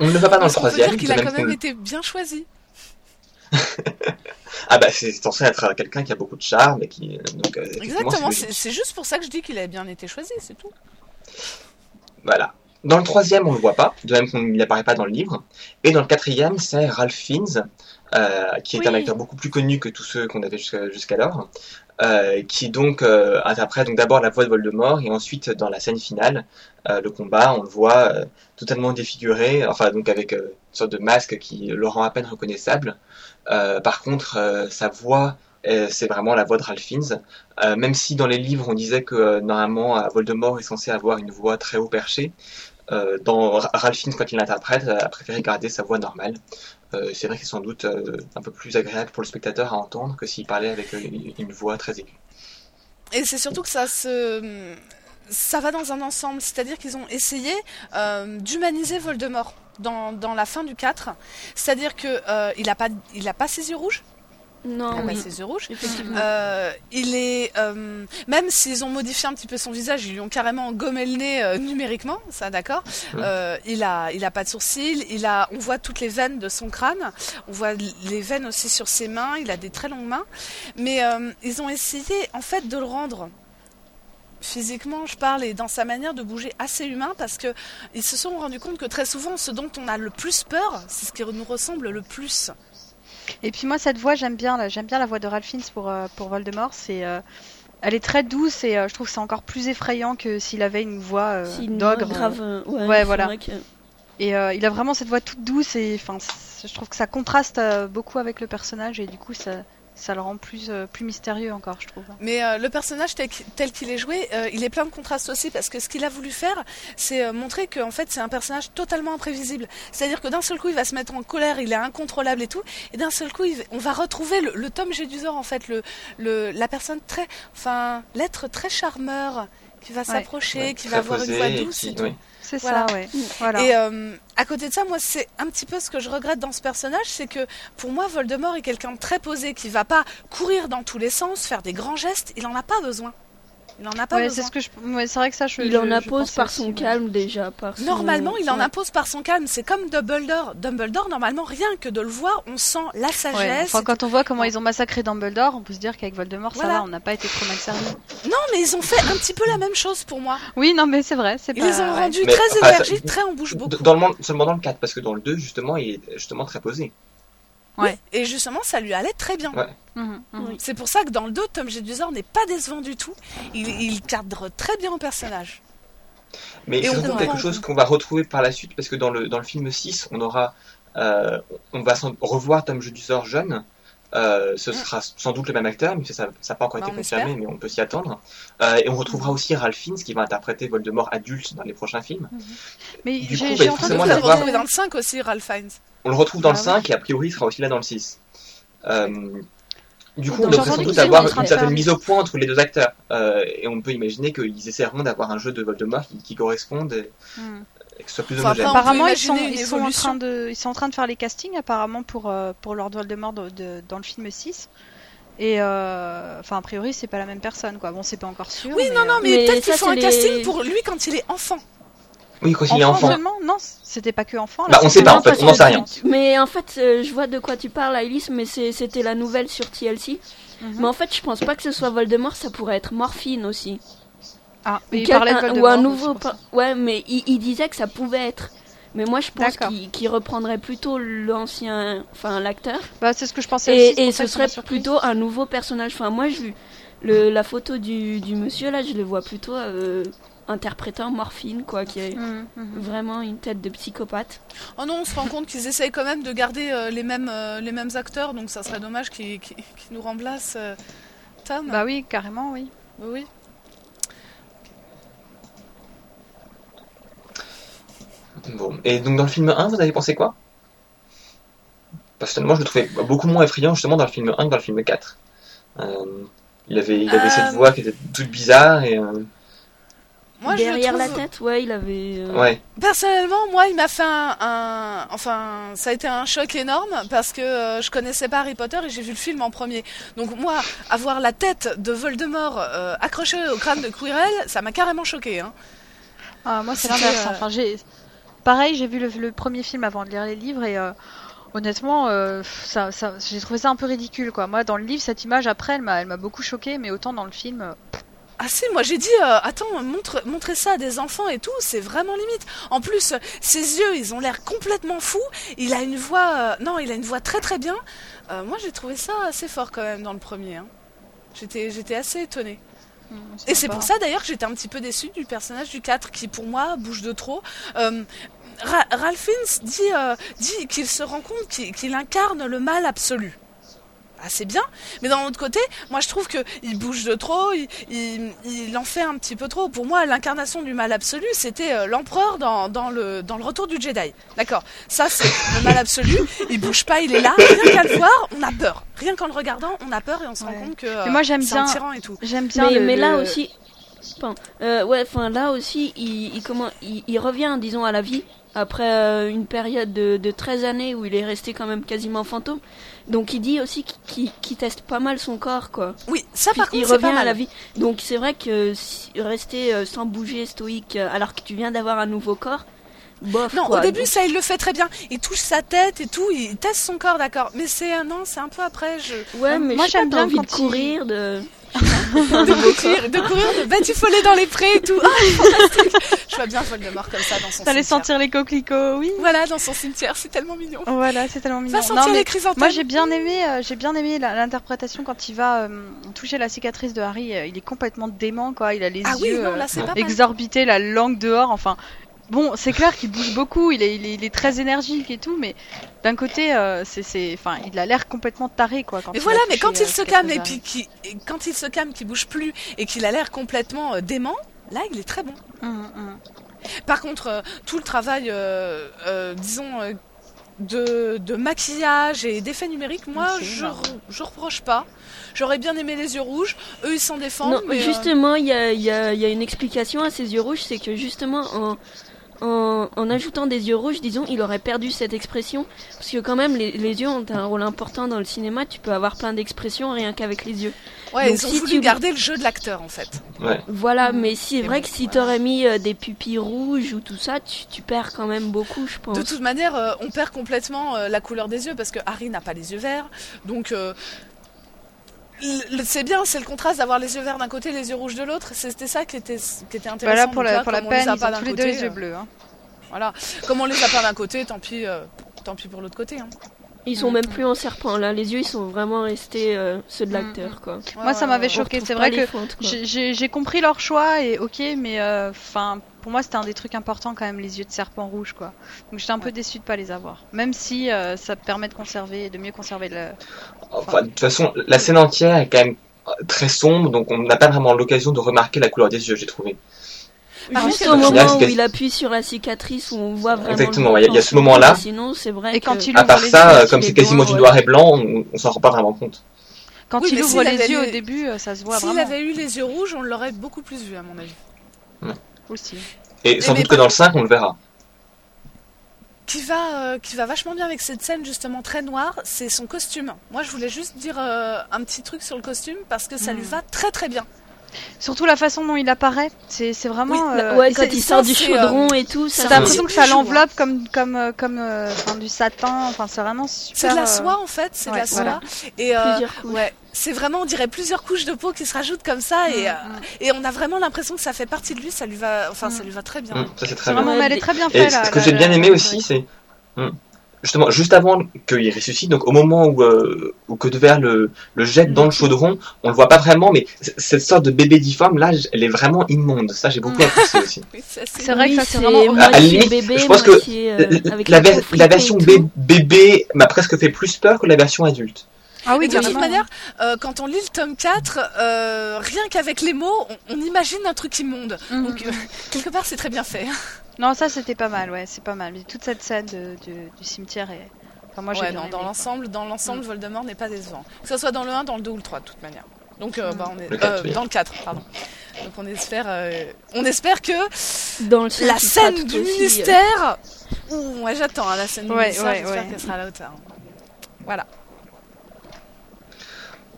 on ne le voit pas dans le
Parce qu'on peut
troisième,
dire qu'il
de
a
même
quand
qu'on
même
le-
été bien choisi.
Ah bah c'est censé être quelqu'un qui a beaucoup de charme et qui... Donc, euh, effectivement,
Exactement,
c'est
c'est c'est juste pour ça que je dis qu'il a bien été choisi, c'est tout.
Voilà. Dans le troisième, on le voit pas, de même qu'il n'apparaît pas dans le livre. Et dans le quatrième, c'est Ralph Fiennes, euh, qui est un
Oui.
acteur beaucoup plus connu que tous ceux qu'on avait jusqu'à- jusqu'alors, euh, qui donc euh, interprète donc d'abord la voix de Voldemort et ensuite dans la scène finale, euh, le combat, on le voit euh, totalement défiguré, enfin donc avec euh, une sorte de masque qui le rend à peine reconnaissable. Euh, par contre, euh, sa voix, euh, c'est vraiment la voix de Ralph Fiennes. Euh, même si dans les livres on disait que euh, normalement euh, Voldemort est censé avoir une voix très haut perchée, euh, dans Ra- Ralph Fiennes quand il l'interprète euh, a préféré garder sa voix normale. Euh, c'est vrai que c'est sans doute euh, un peu plus agréable pour le spectateur à entendre que s'il parlait avec euh, une voix très aiguë.
Et c'est surtout que ça se. Ça va dans un ensemble, c'est-à-dire qu'ils ont essayé euh, d'humaniser Voldemort dans, dans la fin du 4. C'est-à-dire que euh, il a pas il a pas ses yeux rouges, il
Ah
Non,
a
Ah
bah,
oui.
pas ses yeux rouges.
Effectivement.
Euh, il est euh, même s'ils ont modifié un petit peu son visage, ils lui ont carrément gommé le nez euh, numériquement, ça d'accord.
Mhm.
Euh, il a il a pas de sourcils, il a on voit toutes les veines de son crâne, on voit l- les veines aussi sur ses mains, il a des très longues mains, mais euh, ils ont essayé en fait de le rendre physiquement, je parle, et dans sa manière de bouger assez humain, parce que ils se sont rendus compte que très souvent, ce dont on a le plus peur, c'est ce qui nous ressemble le plus.
Et puis moi, cette voix, j'aime bien. là, J'aime bien la voix de Ralph Fiennes pour, euh, pour Voldemort. C'est, euh, elle est très douce et euh, je trouve que c'est encore plus effrayant que s'il avait une voix euh,
C'est une voix
d'ogre.
grave. euh, Ouais,
Ouais,
c'est
voilà.
vrai que-
Et euh, il a vraiment cette voix toute douce et enfin, c- je trouve que ça contraste euh, beaucoup avec le personnage et du coup, ça, ça le rend plus, euh, plus mystérieux encore, je trouve.
Mais euh, le personnage tel, qu- tel qu'il est joué, euh, il est plein de contrastes aussi parce que ce qu'il a voulu faire, c'est euh, montrer que en fait c'est un personnage totalement imprévisible. C'est-à-dire que d'un seul coup il va se mettre en colère, il est incontrôlable et tout, et d'un seul coup il- on va retrouver le, le Tom Jedusor en fait, le, le la personne très, enfin l'être très charmeur qui va s'approcher,
Ouais,
qui va
très
avoir une
posé
voix
et
douce
qui-
et tout.
oui.
C'est
Voilà.
ça, ouais. Voilà.
Et euh, à côté de ça, moi, c'est un petit peu ce que je regrette dans ce personnage, c'est que pour moi, Voldemort est quelqu'un de très posé, qui va pas courir dans tous les sens, faire des grands gestes. Il en a pas besoin. Il en a pas
Ouais, c'est
besoin.
ce que je. ouais, c'est vrai que ça, je.
Il
je-
en
je
impose
pensais
par
aussi,
son
ouais.
calme déjà. Par son-
Normalement, il en
Ouais.
impose par son calme. C'est comme Dumbledore. Dumbledore, normalement, rien que de le voir, on sent la
Ouais,
sagesse.
enfin, quand on voit comment ils ont massacré Dumbledore, on peut se dire qu'avec Voldemort, ça
Voilà.
va, on n'a pas été trop mal servi.
Non, mais ils ont fait un petit peu la même chose pour moi.
Oui, non, mais c'est vrai, c'est
Ils
pas.
les ont
ouais.
rendus
Mais,
très
enfin, ça-
énergiques, très en bouche beaucoup.
Dans le monde, seulement dans le 4, parce que dans le 2, justement, il est justement très posé.
Ouais.
Oui, Et justement, ça lui allait très bien.
Ouais.
Mhm, mhm.
Oui.
C'est pour ça que dans le 2, Tom Jedusor n'est pas décevant du tout. Il, il cadre très bien au personnage.
Mais
Et
c'est
on
surtout
comprend.
quelque chose qu'on va retrouver par la suite, parce que dans le, dans le film 6, on aura, euh, on va sans- revoir Tom Jedusor jeune. Euh, ce sera sans doute le même acteur, mais ça n'a pas
Mm.
encore
Bah,
été
on Mm.
confirmé, mais on peut s'y attendre. Euh, et on retrouvera aussi Ralph Fiennes qui va interpréter Voldemort adulte dans les prochains films.
Mm.
Mais
Du
j'ai
coup,
j'ai
bah,
entendu
forcément,
Vous
la
avez
parler-
voix-
retrouvé dans le 5 aussi, Ralph Fiennes.
On le retrouve dans
Ah
Bah
le
oui.
5 et a priori il sera aussi là dans le 6. Euh, du coup,
Donc,
on
j'ai
devrait sans
entendu
doute
qu'ils
avoir
étaient en train
une
de
certaine
faire-
mise au point entre les deux acteurs. Euh, et on peut imaginer qu'ils essaieront d'avoir un jeu de Voldemort qui, qui corresponde et,
Mhm.
et que ce soit plus
Enfin,
homogène.
pas-
Apparemment,
peut
ils sont,
imaginer une
ils, sont en
évolution.
train de, ils sont en train de faire les castings, apparemment, pour, euh, pour Lord Voldemort de- de- dans le film 6. Et euh, enfin, a priori, c'est pas la même personne, quoi. Bon, c'est pas encore sûr.
Oui,
mais,
non, non,
euh,
mais,
mais
peut-être
ça,
qu'ils font un
c'est les-
casting pour lui quand il est enfant.
Oui, quand il est enfant.
seulement Non, c'était pas que enfant.
Bah, on
c'était
sait pas, en
vraiment
fait, on n'en sait
sur le
rien.
Mais en fait, euh, je vois de quoi tu parles, Alice, mais c'est- c'était la nouvelle sur TLC.
Mhm.
Mais en fait, je pense pas que ce soit Voldemort, ça pourrait être Morphine aussi.
Ah,
Ou
mais il
quelqu'un-
parlait de
ou
Voldemort,
un
donc
nouveau.
c'est pour ça.
pa- Ouais, mais il, il disait que ça pouvait être. Mais moi, je pense
D'accord.
qu'il qu'il reprendrait plutôt l'ancien, enfin l'acteur,
Bah, c'est ce que je pensais aussi. c'est
et, et
pour ça
ce
que ça m'a
serait
surprise.
plutôt un nouveau personnage. Enfin, moi, je le, la photo du, du monsieur là, je le vois plutôt euh, interprétant Morphine, quoi, qui est
Mmh,
vraiment une tête de psychopathe.
Oh non, on se rend compte qu'ils essayent quand même de garder euh, les, mêmes, euh, les mêmes acteurs, donc ça serait dommage qu'ils qu'ils- qu'ils nous remplacent. euh, Tom
Bah oui, carrément, oui.
Bah oui.
Bon. Et donc dans le film 1, vous avez pensé quoi Personnellement, je le trouvais beaucoup moins effrayant justement dans le film 1 que dans le film 4. Euh, il avait, il avait
Euh.
cette voix qui était toute bizarre et... euh,
Moi, je le
Derrière la
trouve-
tête, ouais, il avait. euh,
Mm.
ouais.
Personnellement, moi, il m'a fait un, un- Enfin, ça a été un choc énorme parce que euh, je connaissais pas Harry Potter et j'ai vu le film en premier. Donc, moi, avoir la tête de Voldemort euh, accrochée au crâne de Quirrell, ça m'a carrément choqué. Hein.
Ah, moi, c'est
C'était,
l'inverse.
euh,
Enfin, j'ai... Pareil, j'ai vu le, le premier film avant de lire les livres et euh, honnêtement, euh, ça, ça- j'ai trouvé ça un peu ridicule. quoi. Moi, dans le livre, cette image, après, elle m'a, elle m'a beaucoup choquée, mais autant dans le film. euh,
Ah si, moi j'ai dit, euh, attends, montre, montrer ça à des enfants et tout, c'est vraiment limite. En plus, euh, ses yeux, ils ont l'air complètement fous. Il a une voix, euh, non, il a une voix très très bien. Euh, moi j'ai trouvé ça assez fort quand même dans le premier. hein. J'étais, j'étais assez étonnée. Mmh, Et c'est
sympa.
pour ça d'ailleurs que j'étais un petit peu déçue du personnage du 4 qui pour moi bouge de trop. Euh, Ra- Ralph Fiennes dit, euh, dit qu'il se rend compte qu'il qu'il incarne le mal absolu. Ah, c'est bien, mais d'un autre côté, moi je trouve que il bouge de trop, il, il, il en fait un petit peu trop. Pour moi, l'incarnation du mal absolu, c'était euh, l'empereur dans, dans, le, dans le retour du Jedi. D'accord, ça c'est le mal absolu, il bouge pas, il est là, rien qu'à le voir, on a peur. Rien qu'en le regardant, on a peur et on se rend
Ouais.
compte que euh,
Mais moi, j'aime
c'est un
bien-
tyran et tout.
J'aime bien
Mais,
le-
mais là
le-
aussi, Pardon. Euh, ouais, enfin là aussi, il, il comment, il, il revient, disons, à la vie après euh, une période de, de 13 années où il est resté quand même quasiment fantôme. Donc il dit aussi qu'il- qu'il qu'il teste pas mal son corps, quoi.
Oui, ça par contre,
Puis il
c'est
revient
pas
à
mal.
la vie. Donc c'est vrai que si- rester euh, sans bouger, stoïque, euh, alors que tu viens d'avoir un nouveau corps, bof.
Non,
quoi.
au début,
Donc,
ça, il le fait très bien. Il touche sa tête et tout, il teste son corps, d'accord. Mais c'est un an, c'est un peu après. Je...
ouais, mais
Moi,
je sais pas,
j'aime
t'as
bien
envie de
quand il-
courir, de.
De courir, de courir, de batifoler dans les prés et tout. Ah, fantastique. Je vois bien Voldemort comme ça dans son
T'allais
cimetière.
sentir les coquelicots, oui.
Voilà, dans son cimetière, c'est tellement mignon.
Voilà, c'est tellement mignon.
Va sentir
Non, mais
les chrysanthèmes.
moi j'ai bien aimé, euh, j'ai bien aimé la- l'interprétation quand il va euh, toucher la cicatrice de Harry. euh, il est complètement dément, quoi. Il a les
Ah oui,
yeux
non,
euh,
là, c'est pas mal.
exorbités, la langue dehors. Enfin, bon, c'est clair qu'il bouge beaucoup. Il est, il est, il est très énergique et tout, mais d'un côté, euh, c'est, c'est, enfin, il a l'air complètement taré, quoi. Quand
Mais
il
voilà,
va
mais
toucher,
quand
euh,
il se
cicatrice
calme
de
et
Harry.
puis qui, quand il se calme, qu'il bouge plus et qu'il a l'air complètement euh, dément, là, il est très bon.
Hum, hum.
Par contre, euh, tout le travail, euh, euh, disons, euh, de, de maquillage et d'effets numériques, moi,
c'est
je,
marrant.
re- je reproche pas. J'aurais bien aimé les yeux rouges. Eux, ils s'en défendent.
Non,
mais, euh,
justement, il y, a, il y a- il y a une explication à ses yeux rouges, c'est que justement, en, en, en ajoutant des yeux rouges, disons, il aurait perdu cette expression. Parce que quand même, les, les yeux ont un rôle important dans le cinéma, tu peux avoir plein d'expressions rien qu'avec les yeux.
ouais,
donc
ils ont
si
voulu
tu-
garder le jeu de l'acteur, en fait.
Voilà,
Mm.
mais c'est
Mais
vrai
bon,
que si
voilà.
t'aurais mis euh, des pupilles rouges ou tout ça, tu, tu perds quand même beaucoup, je pense.
De toute manière, euh, on perd complètement euh, la couleur des yeux parce que Harry n'a pas les yeux verts. Donc, euh, l- l- c'est bien, c'est le contraste d'avoir les yeux verts d'un côté et les yeux rouges de l'autre. C'était ça qui était, qui était intéressant.
Voilà Bah pour
Donc
la,
là,
pour la
comme on les
peine,
a
ils
pas
ont
d'un
tous les deux
côté,
les
euh,
yeux bleus. hein.
Voilà. Comme on les a pas d'un côté, tant pis, euh, tant pis pour l'autre côté. hein.
Ils sont même plus en serpent, là. Les yeux, ils sont vraiment restés euh, ceux de
Mm,
l'acteur, quoi.
Ouais,
Moi, ça
ouais,
m'avait
ouais.
On
choqué.
retrouve
C'est
pas
vrai
les
que
fentes, quoi.
J'ai- J'ai j'ai compris leur choix et ok, mais euh, enfin pour moi c'était un des trucs importants quand même les yeux de serpent rouge quoi. Donc j'étais un peu déçue de pas les avoir. Même si euh, ça permet de conserver, de mieux conserver le.
Enfin, de toute façon, la scène entière est quand même euh, très sombre, donc on n'a pas vraiment l'occasion de remarquer la couleur des yeux, j'ai trouvé.
Ah,
Par
Juste
contre,
au
au
final,
moment où
c'est quasi-
il appuie sur la cicatrice, où on voit vraiment.
Exactement,
le
il y a- il y a ce
potentiel,
moment-là.
mais Sinon, c'est vrai.
Et
que-
quand il
À
ouvre
part
les
ça,
yeux,
euh, comme
il
c'est
est
quasiment
loin,
du
ouais.
noir et blanc, on, on s'en rend pas vraiment compte.
Quand
Oui,
il
mais
ouvre
s'il
les
avait
yeux
eu-
au début, euh, ça se voit
S'il
vraiment
avait eu les yeux rouges, on l'aurait beaucoup plus vu, à mon avis.
aussi.
Et sans
mais
doute que
par-
dans le 5, on le verra.
Qui va, euh, qui va vachement bien avec cette scène, justement très noire, c'est son costume. Moi, je voulais juste dire euh, un petit truc sur le costume parce que ça
Mm.
lui va très très bien.
Surtout la façon dont il apparaît, c'est c'est vraiment.
Bah,
euh,
ouais,
et
quand
c'est- euh,
il
ça,
sort du
c'est,
chaudron et tout,
ça
ça.
T'as
c'est un
l'impression
petit
que ça
bijou, hein.
l'enveloppe comme comme euh, comme euh, enfin, du satin. Enfin c'est vraiment super.
C'est de la
euh,
soie en fait, c'est de
ouais,
la soie.
voilà.
Et euh,
Plusieurs couches.
ouais, c'est vraiment, on dirait plusieurs couches de peau qui se rajoutent comme ça et, euh, et on a vraiment l'impression que ça fait partie de lui, ça lui va, enfin
Mm.
ça lui va très bien.
Mm, ça, c'est très
C'est
bien.
vraiment, mais elle est très bien
Et
faite.
ce
la-
que
la-
j'ai bien
la-
aimé
la-
aussi, c'est. Hmm. justement, juste avant qu'il ressuscite, donc au moment où, euh, où que de verre le, le jette dans le
Mm.
chaudron, on le voit pas vraiment, mais c- cette sorte de bébé difforme, là, j- elle est vraiment immonde. Ça, j'ai
Mm.
beaucoup apprécié aussi.
Oui, ça, c'est-
C'est vrai que ça, c'est vraiment
moitié
À la limite,
bébé,
je pense que
moitié, euh,
La-
avec
la,
les
ver-
cheveux
la
fripés
version
et
bé-
tout.
bébé m'a presque fait plus peur que la version adulte.
Ah
Et
oui,
de toute
carrément.
manière, euh, quand on lit le tome 4, euh, rien qu'avec les mots, on, on imagine un truc immonde.
Mhm.
Donc, euh, quelque part, c'est très bien fait.
Non, ça c'était pas mal, ouais, c'est pas mal. Mais toute cette scène de- de- du cimetière est. Enfin, moi j'ai
Ouais,
bien
non,
aimé.
dans l'ensemble, dans l'ensemble, Voldemort n'est pas décevant. Que ce soit dans le 1, dans le 2 ou le 3, de toute manière. Donc, euh,
Mm.
bah, on est
Le quatre,
euh,
oui.
dans le 4, pardon. Donc, on espère, euh, on espère que
Dans le
la
qui sera
scène
tout
du
aussi, euh,
ministère. Ouh, ouais, j'attends hein, la scène du
Ouais,
ministère.
ouais,
J'espère
ouais.
qu'elle sera à la hauteur. hein.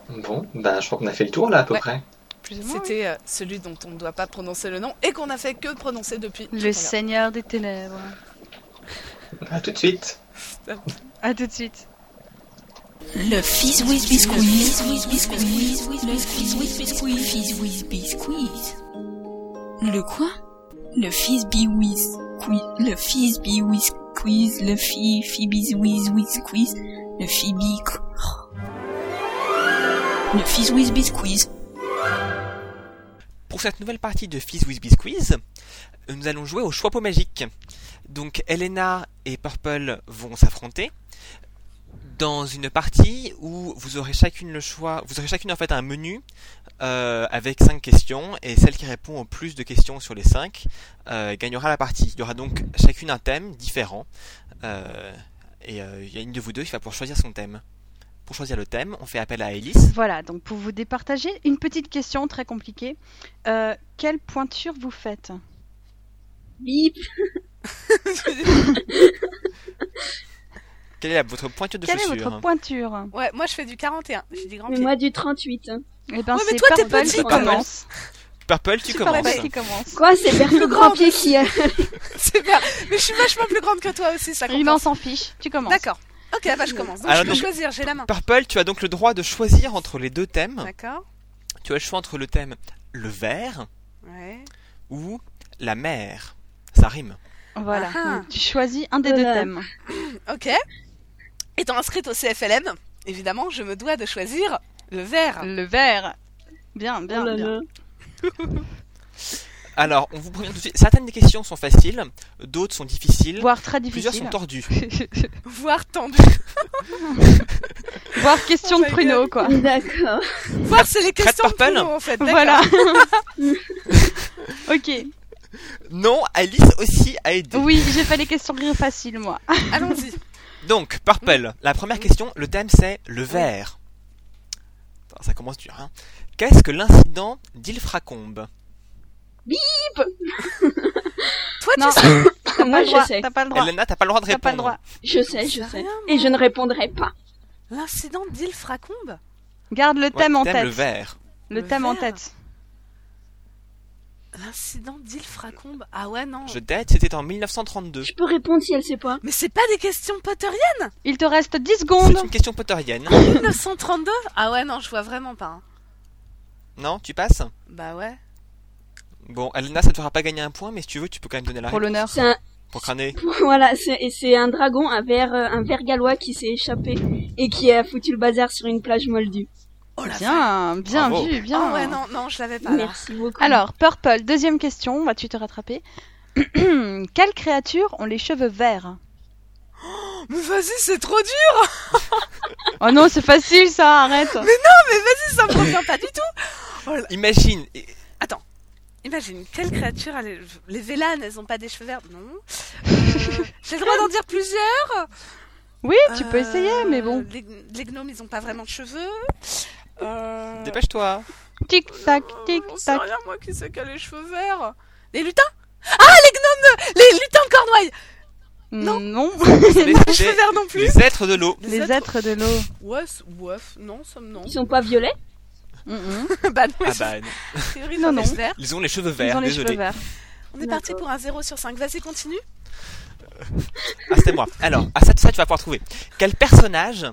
Bon, ben, je crois qu'on a fait le tour, là, à peu
Ouais.
près.
Plus ou moins, oui.
C'était euh, celui dont on ne doit pas prononcer le nom et qu'on n'a fait que prononcer depuis. tout à
Le
l'heure.
Seigneur des Ténèbres.
À tout de suite.
À tout de suite.
Le Fizz with Biscuit. Fizz with Biscuit. Le Fizz with Biscuit. Fizz with Biscuit. Le quoi Le Fizz be with quiz. Le Fizz be with quiz. Le Fi Fibis with with quiz. Le Fibi. Le Fizz with Biscuit.
Pour cette nouvelle partie de Fizz with Biz Quiz, nous allons jouer au choix pot magique. Donc Elena et Purple vont s'affronter dans une partie où vous aurez chacune le choix, vous aurez chacune en fait un menu euh, avec 5 questions et celle qui répond au plus de questions sur les 5 gagnera la partie. Il y aura donc chacune un thème différent euh, et euh, il y a une de vous deux qui va pouvoir choisir son thème. Pour choisir le thème, on fait appel à Elise.
Voilà, donc pour vous départager, une petite question très compliquée. Euh, quelle pointure vous faites
euh,
Bip.
Quelle est la- votre pointure de
Quelle
chaussure
est votre pointure
Ouais, moi je fais du 41. J'ai dit grand
Mais
pied.
moi du 38. hein.
Eh ben,
Ouais, mais
c'est
toi, t'es
Purple
petit,
qui
quand même.
commence.
Purple, tu
C'est
commences.
Purple qui commence.
Quoi C'est vers le grand pied qui a...
C'est bien. Mais je suis vachement plus grande que toi aussi, ça
Oui, mais on
commence.
s'en fiche. Tu commences.
D'accord. Ok, bah je commence.
Ah,
Donc
Alors,
je peux
donc-
choisir, j'ai la main.
Purple, tu as donc le droit de choisir entre les deux thèmes.
D'accord.
Tu as le choix entre le thème le vert
Ouais.
ou la mer. Ça rime.
Voilà.
Ah.
Donc, Tu choisis un des deux
Voilà.
thèmes.
Ok. Étant inscrite au CFLM, évidemment, je me dois de choisir le
Ah.
vert.
Le vert. Bien, bien,
Oh là
bien.
là.
Alors, on vous prévient tout de suite. Certaines des questions sont faciles, d'autres sont difficiles,
Voire très
plusieurs
difficile.
sont tordues.
Voire tendu.
Voire question
Oh
de
my
pruneau, quoi.
D'accord.
Voire c'est les questions de
Purple
promo, en fait. D'accord.
Voilà. ok.
Non, Alice aussi a aidé.
Oui, j'ai fait les questions rires faciles, moi.
Allons-y.
Donc, Purple, la première question, le thème c'est le vert. Attends, Ça commence dur. Hein. Qu'est-ce que l'incident d'Ilfracombe
Toi,
Non.
Ah, tu sais.
T'as
Moi,
pas le
je
droit.
sais.
T'as pas le droit.
Elena, t'as pas le droit de
T'as
répondre.
pas le droit.
Je sais, je sais. Et je ne répondrai pas.
L'incident d'Ilfracombe
Garde le
Ouais,
thème en
thème
tête.
le vert.
Le
Le
thème en
vert.
tête.
L'incident d'Ilfracombe Ah ouais,
Oh.
non.
Je date, c'était en 1932.
Je peux répondre si elle sait pas.
Mais c'est pas des questions Potteriennes
Il te reste 10
C'est
secondes.
une question potterienne.
1932 Ah ouais, non, je vois vraiment pas. hein.
Non, tu passes
Bah ouais.
Bon, Alena, ça te fera pas gagner un point, mais si tu veux, tu peux quand même donner la
Pour
réponse
l'honneur.
C'est un,
pour crâner.
voilà, c'est et c'est un dragon, un ver, euh, un ver gallois qui s'est échappé et qui a foutu le bazar sur une plage moldue.
Oh la vache.
Bien, bien
Bravo.
vu, bien.
Ah ouais, non, non, je l'avais pas. là.
Merci beaucoup.
Alors, Purple, deuxième question, vas-tu te rattraper Quelles créatures ont les cheveux verts
Mais vas-y, c'est trop dur
Oh non, c'est facile ça, arrête
Mais vas-y, ça me convient pas du tout
Imagine, et-
Euh,
Imagine, quelle créature a les... les vélanes, elles ont pas des cheveux verts Non. Euh, J'ai le droit d'en dire plusieurs
Oui, tu peux
Euh,
essayer, mais bon.
Les, les gnomes, ils ont pas vraiment de cheveux. Euh...
dépêche-toi. hein.
Tic-tac,
Oh, J'en sais
tic-tac.
rien, moi, qui c'est qui a les cheveux verts Les lutins Ah, les gnomes de... Les lutins de Cornouailles Non.
Les,
Les cheveux
les-
verts non plus
les êtres de l'eau.
Les êtres de l'eau.
Ouais, c'est- ouais, non, ça me... Non.
Ils sont pas violets
Mhm.
bah non,
Ah
ils sont-
bah,
a priori,
Non,
non,
non.
non. verts.
ils ont les cheveux
Ils
verts,
ont les
désolé.
cheveux verts.
On est parti
D'accord.
pour un 0 sur 5. Vas-y, continue.
Ah, c'était moi. Alors, à ça, ça, tu vas pouvoir trouver. Quel personnage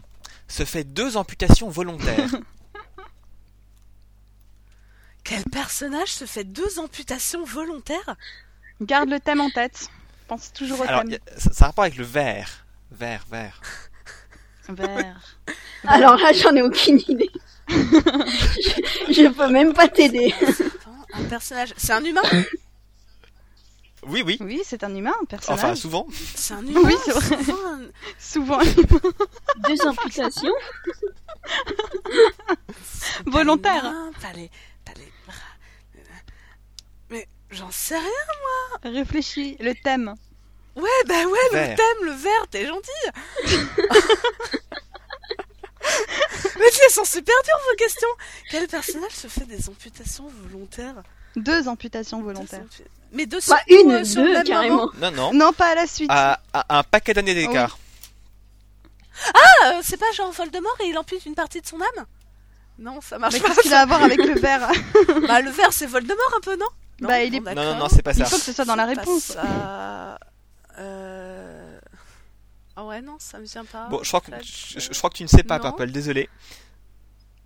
se fait deux amputations volontaires
Quel personnage se fait deux amputations volontaires
Garde le thème en tête. Pense toujours au
Alors,
thème.
y a- ça, ça a rapport avec le vert. Vert, vert.
Vert.
Alors là, j'en ai aucune idée. je, je peux même pas t'aider.
Attends, un personnage. C'est un humain
Oui, oui.
Oui, c'est un humain, un personnage.
Enfin, souvent.
C'est un humain
Oui, c'est vrai.
souvent un-
souvent
Deux amputations.
volontaire.
T'as les mains, T'as les, t'as les bras. Euh, Mais j'en sais rien.
Réfléchis, le thème.
Ouais, bah ouais,
Vert.
le thème, le vert, t'es gentil. Mais si, elles sont super dures vos questions. Quel personnage se fait des amputations volontaires
Deux amputations volontaires.
Mais deux
Bah,
sur-
une,
euh, sur le
deux,
même moment.
carrément.
Non, non.
Non, pas à la suite.
À, à un paquet d'années d'écart.
Ah, euh, c'est pas genre Voldemort et il ampute une partie de son âme Non, ça marche
Mais
pas.
qu'est-ce qu'il a à voir avec le vert
Bah, le vert, c'est Voldemort un peu, non
Bah, il est-
bon,
non, non,
d'accord.
non, c'est pas
Il
ça.
faut que ce soit dans la
C'est pas
réponse.
ça. Euh... Ah ouais, non, ça me vient pas.
Bon, je crois que,
Flash-
je, je crois que tu ne sais pas,
Non.
Purple, désolé.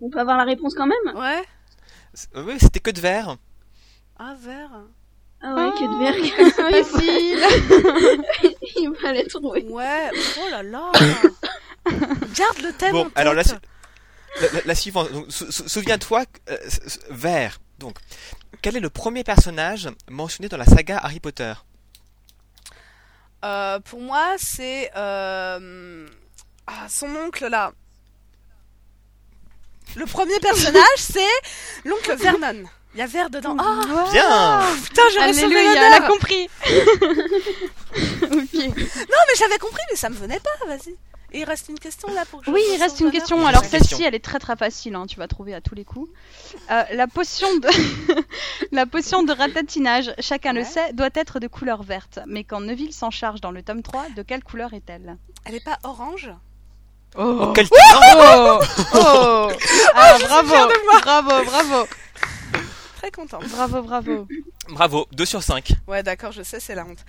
On peut avoir la réponse quand même
Ouais,
C'est- euh, Oui, c'était que de vert.
ah, vert.
Ah ouais, que de
C'est
verre.
facile.
Il fallait trouver.
Ouais, oh là là. Garde le thème. en
Bon,
tête.
alors la, su- la, la- la suivante. Donc, sou- sou- Souviens-toi, que, euh, s- s- vert. Donc, quel est le premier personnage mentionné dans la saga Harry Potter
Euh, pour moi, c'est. euh, ah, son oncle là. Le premier personnage, c'est l'oncle Vernon. Il y a vert dedans. Ah,
Ouais.
Bien
putain, j'aurais sauvé
Mhm. Alléluia,
l'honneur.
elle a compris. ok.
Non, mais j'avais compris, mais ça me venait pas, vas-y. Et il reste une question là pour que je
Oui,
fasse
il reste
sauve
une
l'honneur.
question. Alors
Une
celle-ci,
question.
elle est très très facile. hein, Tu vas trouver à tous les coups. Euh, la potion de la potion de ratatinage, chacun le
Ouais.
sait, doit être de couleur verte. Mais quand Neville s'en charge dans le tome 3, de quelle couleur est-elle
Elle est pas orange
Oh, quel
Oh,
talent
oh. Ah, bravo, bravo, bravo,
Très contente.
bravo, bravo.
Bravo, 2 sur 5.
Ouais, d'accord, je sais, c'est la honte.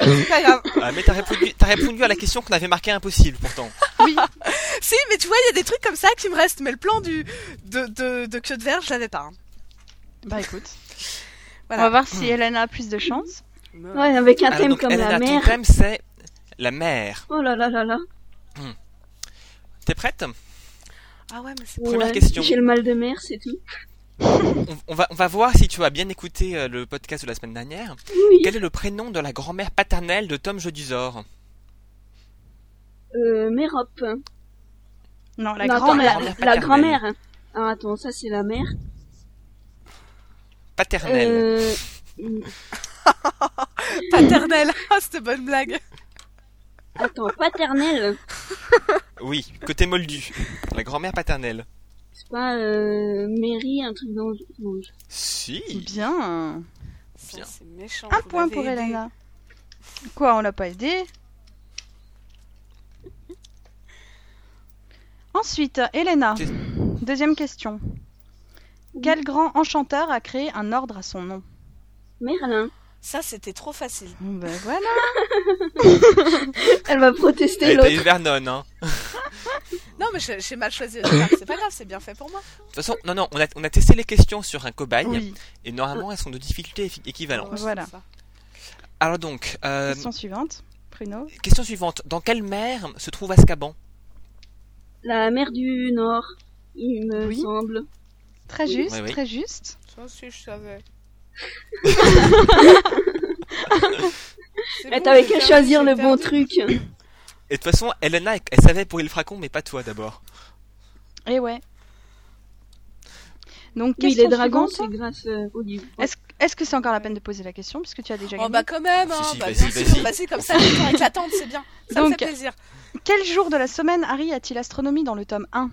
C'est pas grave.
Euh, mais t'as répondu, t'as répondu à la question qu'on avait marquée impossible pourtant.
Si, mais tu vois, il y a des trucs comme ça qui me restent. Mais le plan du de, de, de queue de verre, je l'avais pas. hein.
Bah écoute,
Voilà.
on va voir si Hélène a plus de chance.
Ouais, avec un
Alors,
thème
Ah, donc,
comme la
Elena, ton
mer.
thème c'est la mer.
Oh là là là là.
T'es prête
Ah ouais, mais c'est
Première
Ouais,
question.
J'ai le mal de mer, c'est tout.
on, on va, on va voir si tu as bien écouté euh, le podcast de la semaine dernière.
Oui.
Quel est le prénom de la grand-mère paternelle de Tom Jedusor
Euh, Mérope.
Non, la
Non, attends,
grand-mère.
grand-mère
la- La
paternelle.
grand-mère. Ah, attends, ça c'est la mère.
Paternelle.
Euh,
paternel. Ah, c'était bonne blague.
attends, paternelle.
Oui, côté moldu. La grand-mère paternelle.
C'est pas euh, Mary, un truc dans dans-
Si.
Bien.
Ça,
Bien.
C'est méchant.
Un
vous
point
m'avez
pour
aidé.
Elena. Quoi, on l'a pas aidé Ensuite, Elena.
Qu'est-
Deuxième question. Quel grand enchanteur a créé un ordre à son nom
Merlin.
Ça, c'était trop facile.
Ben voilà.
Elle va protester
Eh, T'as
l'autre.
eu Vernon, hein.
Non, mais j'ai j'ai mal choisi. le terme. C'est pas grave, c'est bien fait pour moi.
De toute façon, non, non, on a, on a testé les questions sur un cobaye
Oui.
et normalement elles sont de difficulté équi- équivalente.
Ouais, c'est
Voilà.
ça.
Alors donc, euh,
Question suivante. Pruno.
question suivante. Dans quelle mer se trouve Azkaban
La mer du Nord, il me
Oui.
semble.
Très juste,
Oui, oui.
très juste.
Ça aussi, je savais. Eh,
Elle t'avait qu'à choisir le bon
bon truc.
truc.
Et de toute façon, Elena, elle, elle savait pour il fracon, mais pas toi d'abord.
Et Eh ouais. Donc,
Oui,
question
les dragons, c'est
suivante.
grâce euh, au livre.
Est-ce que c'est encore la peine de poser la question puisque tu as déjà
Oh
gagné
bah quand même, hein.
Si, si,
bah,
vas-y,
bien
vas-y.
sûr. Vas-y, comme ça, je avec l'attente, c'est bien. Ça me
Donc,
fait plaisir.
Quel jour de la semaine Harry a-t-il astronomie dans le tome 1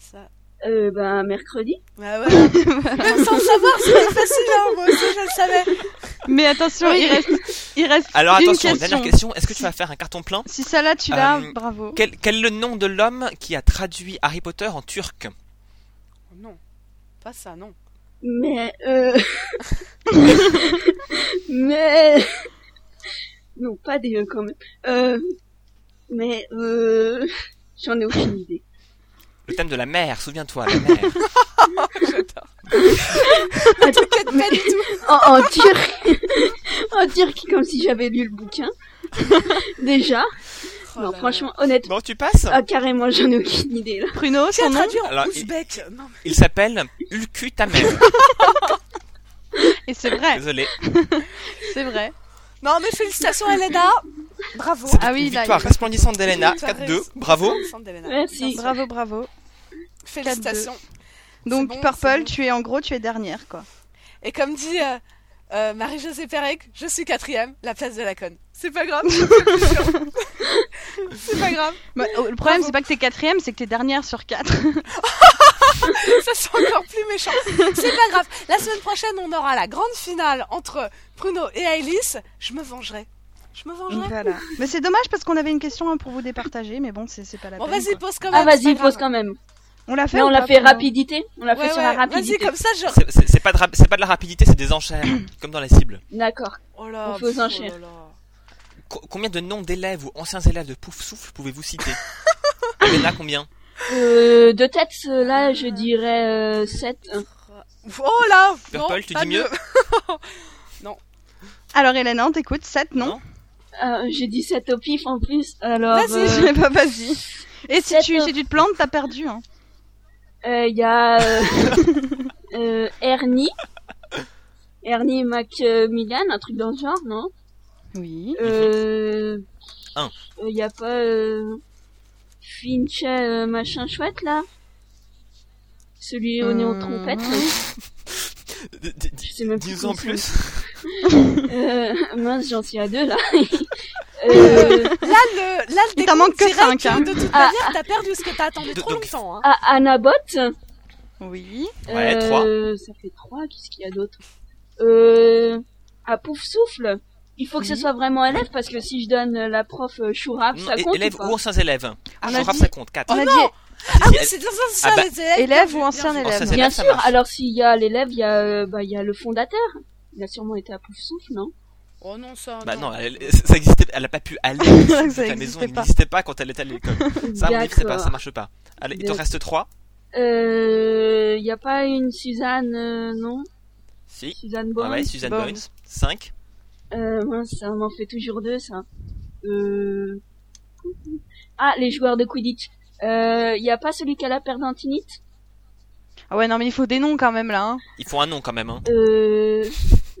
Ça...
Euh, bah, mercredi.
Bah voilà. Même sans le savoir, c'était facile, hein. Moi aussi, je le savais.
Mais attention, il reste, il reste
Alors
une
attention,
question.
dernière question. Est-ce que tu
Si.
vas faire un carton plein
Si ça là, tu l'as,
Euh,
bravo.
quel, quel est le nom de l'homme qui a traduit Harry Potter en turc
Oh Non. Pas ça, non.
Mais, euh... mais... Non, pas des euh, quand même. Euh... Mais, euh... J'en ai aucune idée.
Le thème de la mer, souviens-toi, la mer.
J'adore.
Attends,
Pas du tout.
en, en turc... en turc, comme si j'avais lu le bouquin.
déjà.
Oh
non,
là
franchement, honnêtement,
Bon, tu passes
euh,
ah, carrément, j'en ai aucune idée là.
Pruno,
là.
son
Qui
nom
a traduit en
Alors, il-
ouzbek Non,
Il s'appelle Ulcu ta mère.
Et c'est vrai,
Désolé.
c'est vrai.
Non, mais félicitations Elena Bravo
C'est
Ah
une
oui, là,
victoire
il-
resplendissante d'Elena.
Victoire
4-2.
res-
Bravo.
resplendissante d'Elena.
Merci.
Bravo, bravo.
Félicitations.
Donc
C'est bon, c'est
Purple,
bon.
tu es en gros, tu es dernière quoi.
Et comme dit euh, euh, Marie-Josée Pérec, je suis quatrième, la place de la conne. C'est pas grave. c'est pas grave.
Bah, oh, le problème
Bravo.
c'est pas que t'es quatrième, c'est que t'es dernière sur quatre.
Ça c'est encore plus méchant. C'est pas grave. La semaine prochaine, on aura la grande finale entre Bruno et Alice. Je me vengerai. Je me vengerai.
Voilà. Mais c'est dommage parce qu'on avait une question hein, pour vous départager, mais bon c'est c'est pas la
Bon,
peine.
vas-y,
bah quoi.
pose quand même.
Ah, vas-y,
c'est pas
pose
grave.
quand même.
On l'a fait.
Là,
ou
on l'a
pas,
fait
Pruno
rapidité. On l'a fait
Ouais,
sur la
ouais, Vas-y,
rapidité.
comme ça, je.
C'est- C'est c'est pas, de rap- c'est pas de la rapidité, c'est des enchères, comme dans les cibles.
D'accord.
Oh là,
On fait aux
pff, oh
enchères.
là là.
Co- combien de noms d'élèves ou anciens élèves de Pouf Souffle pouvez-vous citer Elena, combien
Euh, de tête, euh, là, je dirais euh, 7.
Oh là non,
Purple, tu
pas
dis mieux
mieux.
Alors Hélène, on t'écoute, 7 non,
Non.
Ah, J'ai dit 7 au pif en plus. Alors,
Vas-y,
euh,
je pas Eh ben, vas-y. Et si
sept,
tu
euh,
si tu te plantes, t'as perdu hein.
Euh, Il y a euh, euh, Ernie. Ernie Macmillan, un truc dans le genre, non
Oui.
euh,
Un.
Il y a pas euh, Finch euh, machin chouette là Celui au néon
Hmm.
trompette.
D- d- d-
Je sais même plus.
Dis-nous
comment
en
il
plus.
s'appelle. Euh, mince, j'en suis à deux là. euh,
Là, le, là, le
Il t'en manque que
décompte dirait
cinq, hein.
De toute
Ah.
manière, t'as perdu ce que t'as attendu
De-
trop
donc-
longtemps. Hein.
ah, Anabot.
Oui.
Ouais,
euh,
trois.
Ça fait trois. Qu'est-ce qu'il y a d'autre euh, À pouf souffle. Il faut que ce
Oui.
soit vraiment élève parce que si je donne euh, la prof euh, Chouraf,
Mhm. Non,
ça
é-
compte.
Hum, élèves
ou
ou
pas
anciens élèves.
On
Je
a
rappe,
dit
ça compte. 4.
Oh
on a
non
dit
Ah oui, c'est dans ça,
Ah bah,
les élèves.
élève
bien
ou
vu,
ancien
bien vu.
Ancien
élève.
élève,
Bien
ça
sûr.
marche.
Alors s'il y a l'élève, il y a euh, bah il y a le fondateur. Il a sûrement été à pouf souffle, non
Oh non, ça.
Bah non, elle, elle- ça existait, elle a pas pu aller. Donc, la maison
existait
elle
pas.
n'existait pas quand elle était à l'école. Ça, à mon avis, c'est pas, ça
D'accord.
marche pas. Allez, il te
D'accord.
reste 3.
Euh, y a pas une Suzanne, euh, non
Si.
Suzanne
Ah
Bourne
ouais, Suzanne
Bones.
Bones. 5.
Euh, mince, ça m'en fait toujours deux, ça. Euh... Ah, les joueurs de Quidditch. Euh, y a pas celui qui a la perdantinite
Ah ouais, non mais il faut des noms quand même là. hein.
Ils font un nom quand même. Hein.
Euh...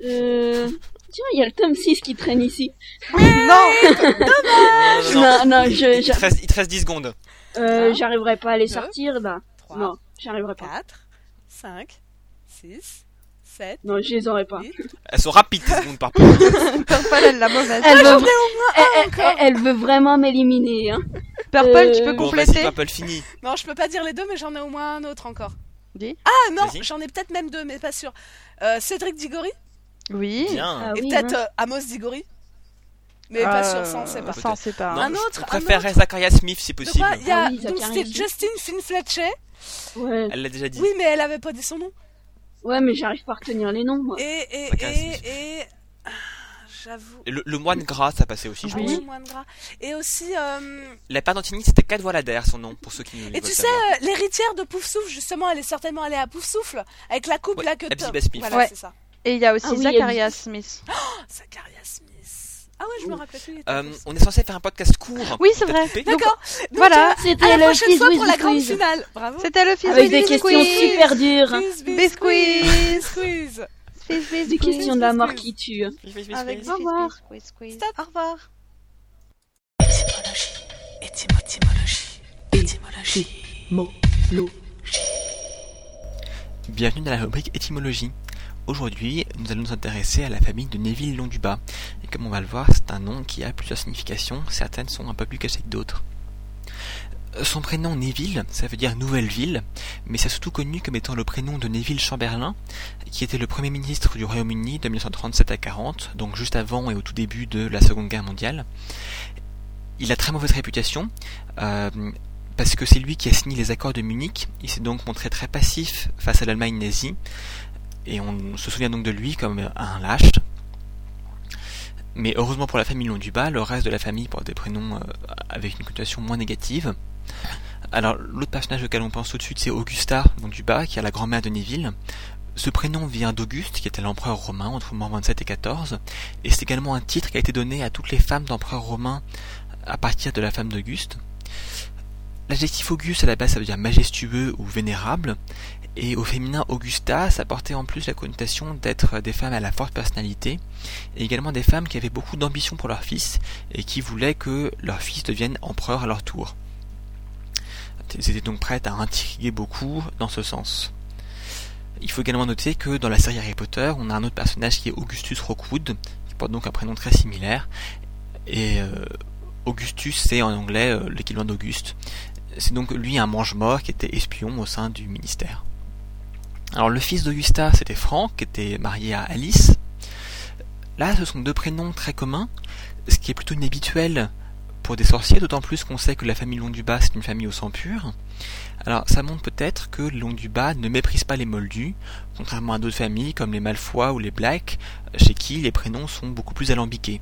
Euh... Tiens, y a le tome 6 qui traîne ici.
non,
Non, non, non, non.
Non, non, je...
Il, te
j'a-
reste, il te reste 10 secondes.
euh,
Ah.
j'arriverai pas à les
Deux.
sortir, là.
3,
Non, j'arriverai pas.
4, 5, 6, 7.
Non, je les aurai pas.
Elles sont rapides, 10 secondes par contre.
Purple elle l'a mauvaise. Ah,
Elle veut...
Ah,
Elle, elle- Eh, elle veut vraiment m'éliminer, hein.
Purple, tu
Euh,
peux
Bon, vas-y,
compléter.
Purple, fini.
Non, je peux pas dire les deux, mais j'en ai au moins un autre encore.
Dis.
Ah non,
Vas-y.
j'en ai peut-être même deux, mais pas sûr. Euh, Cédric Digori
Oui.
Hmm.
Bien.
Ah
et
oui,
peut-être
mince.
euh, Amos Digori Mais pas
Euh,
sûr, ça on sait pas.
Peut-être.
Ça on sait pas.
Non,
Ah, un
je-
autre,
Je
un
préférerais Zachariah Smith si
De
possible.
quoi Il y a
Ah oui,
donc
Zachary.
c'était Justine Finfletcher.
Ouais.
Elle l'a déjà dit.
Oui, mais elle avait pas dit son nom.
Ouais, mais j'arrive pas à retenir les noms, moi.
Et et
Zachary Smith.
et et ah, j'avoue.
Le, le moine gras, ça passait aussi, je
Ah
pense.
oui, moine gras. Et aussi euh,
La Pardantini, c'était 4 voix derrière son nom, pour ceux qui ne
Et
le
tu
savent
sais,
pas.
euh, l'héritière de Poufsouffle, justement, elle est certainement allée à Poufsouffle avec la coupe
Ouais,
là que
Abby
Tom-
Besmith.
Voilà,
Ouais.
c'est ça.
Et il y a aussi
Ah oui,
Zacharias Smith.
Oh, Zachariah Smith. Ah ouais, je me rappelle plus. il était à
Euh,
Poufsouffle.
on est censé faire un podcast court.
Oui, c'est
T'as
vrai.
coupé
Donc,
D'accord.
voilà,
C'était
À la
le
prochaine
quiz
fois
with
pour la grande
quiz.
finale. Bravo.
C'était le fils
Avec
de
des
Biscuit.
questions super dures.
Quiz, bis,
Biscuit.
quiz, quiz.
Fizz, fizz,
Des
quiz.
questions de la mort qui tue.
Avec
Au
fizz,
revoir.
fizz, quiz, quiz.
Stop.
Au revoir.
Étymologie. Étymologie. Étymologie.
Bienvenue dans la rubrique étymologie. Aujourd'hui, nous allons nous intéresser à la famille de Neville Londuba. Et comme on va le voir, c'est un nom qui a plusieurs significations, certaines sont un peu plus cachées que d'autres. Euh, Son prénom Neville, ça veut dire nouvelle ville, mais c'est surtout connu comme étant le prénom de Neville Chamberlain, qui était le premier ministre du Royaume-Uni de 1937 à 40, donc juste avant et au tout début de la Seconde Guerre mondiale. Il a très mauvaise réputation, euh, parce que c'est lui qui a signé les accords de Munich. Il s'est donc montré très passif face à l'Allemagne nazie. Et on se souvient donc de lui comme un lâche. Mais heureusement pour la famille Londuba, le reste de la famille porte des prénoms euh, avec une connotation moins négative. Alors l'autre personnage auquel on pense tout de suite c'est Augusta Londuba, qui est la grand-mère de Neville. Ce prénom vient d'Auguste, qui était l'empereur romain entre moins 27 et 14, et c'est également un titre qui a été donné à toutes les femmes d'empereurs romains à partir de la femme d'Auguste. L'adjectif Auguste à la base ça veut dire majestueux ou vénérable, et au féminin Augusta ça portait en plus la connotation d'être des femmes à la forte personnalité, et également des femmes qui avaient beaucoup d'ambition pour leur fils et qui voulaient que leur fils devienne empereur à leur tour. Elles étaient donc prêtes à intriguer beaucoup dans ce sens. Il faut également noter que dans la série Harry Potter, on a un autre personnage qui est Augustus Rockwood, qui porte donc un prénom très similaire. Et euh, Augustus, c'est en anglais euh, l'équivalent d'Auguste. C'est donc lui un mange-mort qui était espion au sein du ministère. Alors le fils d'Augusta, c'était Frank, qui était marié à Alice. Là, ce sont deux prénoms très communs, ce qui est plutôt inhabituel pour des sorciers, d'autant plus qu'on sait que la famille Londuba, c'est une famille au sang pur. Alors, ça montre peut-être que les Londuba ne méprise pas les Moldus, contrairement à d'autres familles comme les Malfoy ou les Blacks, chez qui les prénoms sont beaucoup plus alambiqués.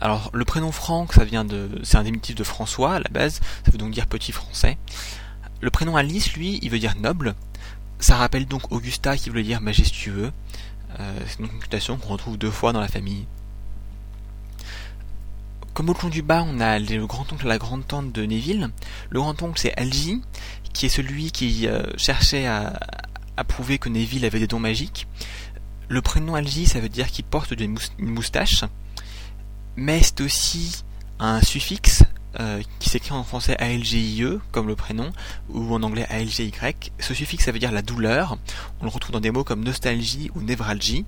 Alors, le prénom Franck, ça vient de, c'est un diminutif de François à la base, ça veut donc dire petit français. Le prénom Alice, lui, il veut dire noble. Ça rappelle donc Augusta qui veut dire majestueux. Euh, c'est donc une mutation qu'on retrouve deux fois dans la famille. Comme au du bas, on a le grand-oncle et la grande-tante de Neville. Le grand-oncle, c'est Algie, qui est celui qui euh, cherchait à, à prouver que Neville avait des dons magiques. Le prénom Algie, ça veut dire qu'il porte des mous- une moustache, mais c'est aussi un suffixe euh, qui s'écrit en français ALGIE, E, comme le prénom, ou en anglais ALGY. Ce suffixe, ça veut dire la douleur. On le retrouve dans des mots comme nostalgie ou névralgie.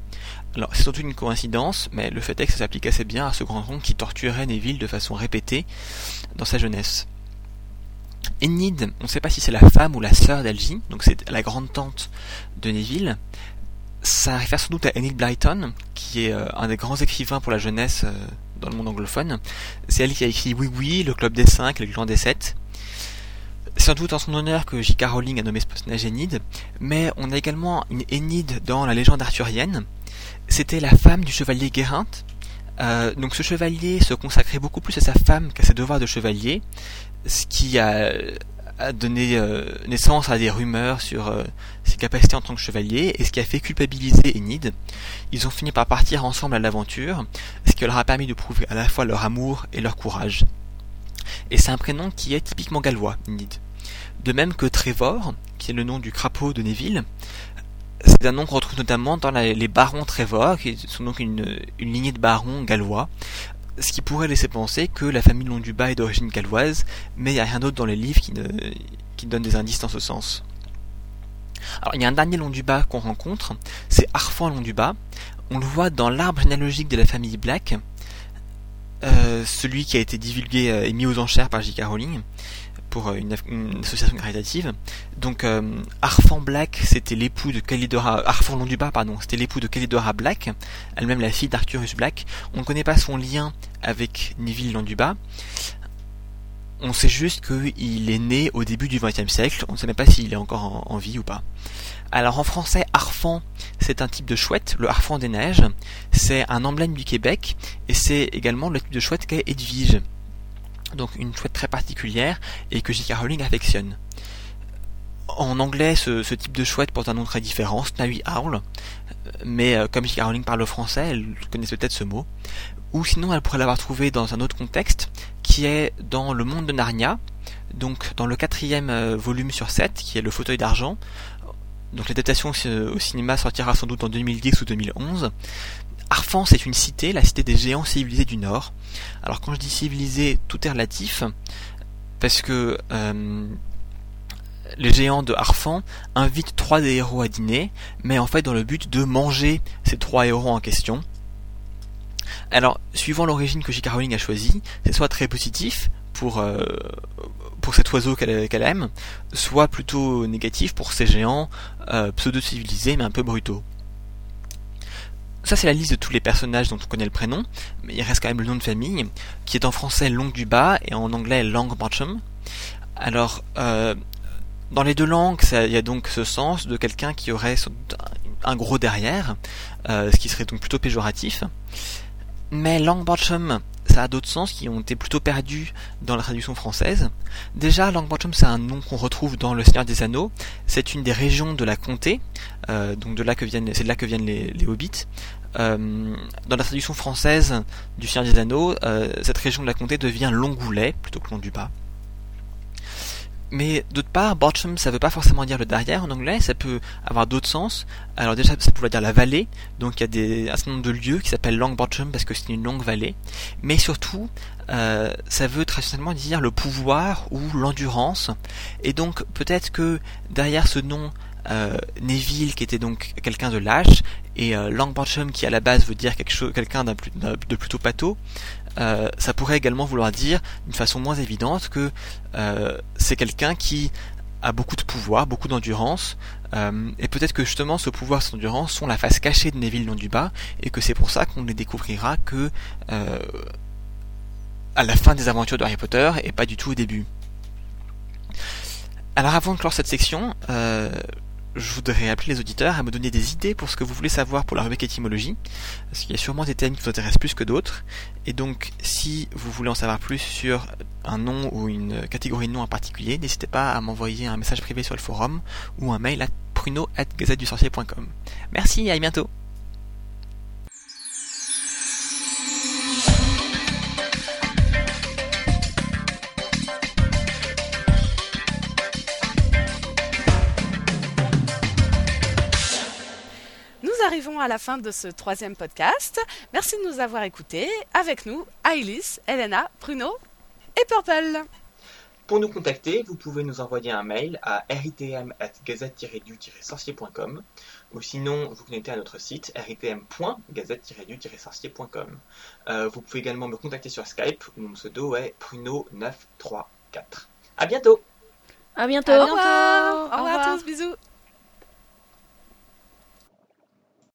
Alors, c'est surtout une coïncidence, mais le fait est que ça s'applique assez bien à ce grand rond qui torturait Neville de façon répétée dans sa jeunesse. Enid, on ne sait pas si c'est la femme ou la sœur d'Algie, donc c'est la grande-tante de Neville. Ça réfère sans doute à Enid Blyton, qui est euh, un des grands écrivains pour la jeunesse euh, dans le monde anglophone. C'est elle qui a écrit Oui Oui, Le Club des 5, Le Clan des 7. C'est sans doute en son honneur que J.K. Rowling a nommé ce personnage Enid, mais on a également une Enid dans la légende arthurienne, c'était la femme du chevalier Guérin. Euh, donc ce chevalier se consacrait beaucoup plus à sa femme qu'à ses devoirs de chevalier, ce qui a, a donné euh, naissance à des rumeurs sur euh, ses capacités en tant que chevalier et ce qui a fait culpabiliser Enid. Ils ont fini par partir ensemble à l'aventure, ce qui leur a permis de prouver à la fois leur amour et leur courage. Et c'est un prénom qui est typiquement gallois, Enid. De même que Trevor, qui est le nom du crapaud de Neville, c'est un nom qu'on retrouve notamment dans la- les barons Trevor, qui sont donc une, une lignée de barons gallois, ce qui pourrait laisser penser que la famille Londuba est d'origine galloise, mais il n'y a rien d'autre dans les livres qui, ne, qui donne des indices dans ce sens. Alors il y a un dernier Londuba qu'on rencontre, c'est Arfan Londuba. On le voit dans l'arbre généalogique de la famille Black, euh, celui qui a été divulgué euh, et mis aux enchères par J.K. Rowling pour euh, une, aff- une association caritative. Donc euh, Arfan Black, c'était l'époux de Calidora Arfan Londuba, pardon, c'était l'époux de Calidora Black, elle-même la fille d'Arcturus Black. On ne connaît pas son lien avec Neville Londuba. On sait juste qu'il est né au début du XXe siècle. On ne sait même pas s'il est encore en, en vie ou pas. Alors en français, Arfan, c'est un type de chouette, le Arfan des neiges. C'est un emblème du Québec et c'est également le type de chouette qu'est Edwige. Donc une chouette très particulière et que J.K. Rowling affectionne. En anglais, ce, ce type de chouette porte un nom très différent, Snowy Owl, mais euh, comme J.K. Rowling parle français, elle connaît peut-être ce mot. Ou sinon, elle pourrait l'avoir trouvé dans un autre contexte, qui est dans le monde de Narnia, donc dans le quatrième euh, volume sur 7, qui est le fauteuil d'argent. Donc l'adaptation au ci- au cinéma sortira sans doute en 2010 ou 2011. Arfan, c'est une cité, la cité des géants civilisés du Nord. Alors quand je dis civilisé, tout est relatif, parce que euh, les géants de Harfan invitent trois des héros à dîner, mais en fait dans le but de manger ces trois héros en question. Alors, suivant l'origine que J.K. Rowling a choisie, c'est soit très positif pour, euh, pour cet oiseau qu'elle qu'elle aime, soit plutôt négatif pour ces géants euh, pseudo-civilisés mais un peu brutaux. Ça, c'est la liste de tous les personnages dont on connaît le prénom, mais il reste quand même le nom de famille, qui est en français Long du Bas et en anglais Langbottom. Alors, euh, dans les deux langues, ça- il y a donc ce sens de quelqu'un qui aurait sans doute un, un gros derrière, euh, ce qui serait donc plutôt péjoratif. Mais Langbottom, ça ça a d'autres sens qui ont été plutôt perdus dans la traduction française. Déjà, Langbottom, c'est un nom qu'on retrouve dans Le Seigneur des Anneaux. C'est une des régions de la comté, euh, donc de là que viennent, c'est de là que viennent les, les hobbits. Euh, dans la traduction française du Seigneur des Anneaux, euh, cette région de la comté devient Longoulet plutôt que Londuba. Mais d'autre part, Botchum, ça veut pas forcément dire le derrière en anglais, ça peut avoir d'autres sens. Alors déjà, ça peut dire la vallée, donc il y a des, un certain nombre de lieux qui s'appellent Long Botchum parce que c'est une longue vallée. Mais surtout, euh, ça veut traditionnellement dire le pouvoir ou l'endurance. Et donc peut-être que derrière ce nom, euh, Neville qui était donc quelqu'un de lâche, et euh, Long Botchum qui à la base veut dire quelque chose, quelqu'un d'un plus, d'un- de plutôt pâteau, euh, ça pourrait également vouloir dire, d'une façon moins évidente, que euh, c'est quelqu'un qui a beaucoup de pouvoir, beaucoup d'endurance, euh, et peut-être que justement ce pouvoir, cette endurance sont la face cachée de Neville Londuba, et que c'est pour ça qu'on les découvrira que euh, à la fin des aventures de Harry Potter, et pas du tout au début. Alors avant de clore cette section, euh, je voudrais appeler les auditeurs à me donner des idées pour ce que vous voulez savoir pour la rubrique étymologie, parce qu'il y a sûrement des thèmes qui vous intéressent plus que d'autres, et donc, si vous voulez en savoir plus sur un nom ou une catégorie de nom en particulier, n'hésitez pas à m'envoyer un message privé sur le forum ou un mail à pruneau@gazettedusorcier.com. Merci et à bientôt.
Nous arrivons à la fin de ce troisième podcast. Merci de nous avoir écoutés. Avec nous, Ailis, Elena, Bruno et Purple.
Pour nous contacter, vous pouvez nous envoyer un mail à ritm.gazette-du-sorcier.com ou sinon vous connectez à notre site ritm.gazette-du-sorcier.com. Euh, vous pouvez également me contacter sur Skype où mon pseudo est pruno934. À bientôt!
À bientôt.
Au revoir. Au revoir à tous. Bisous.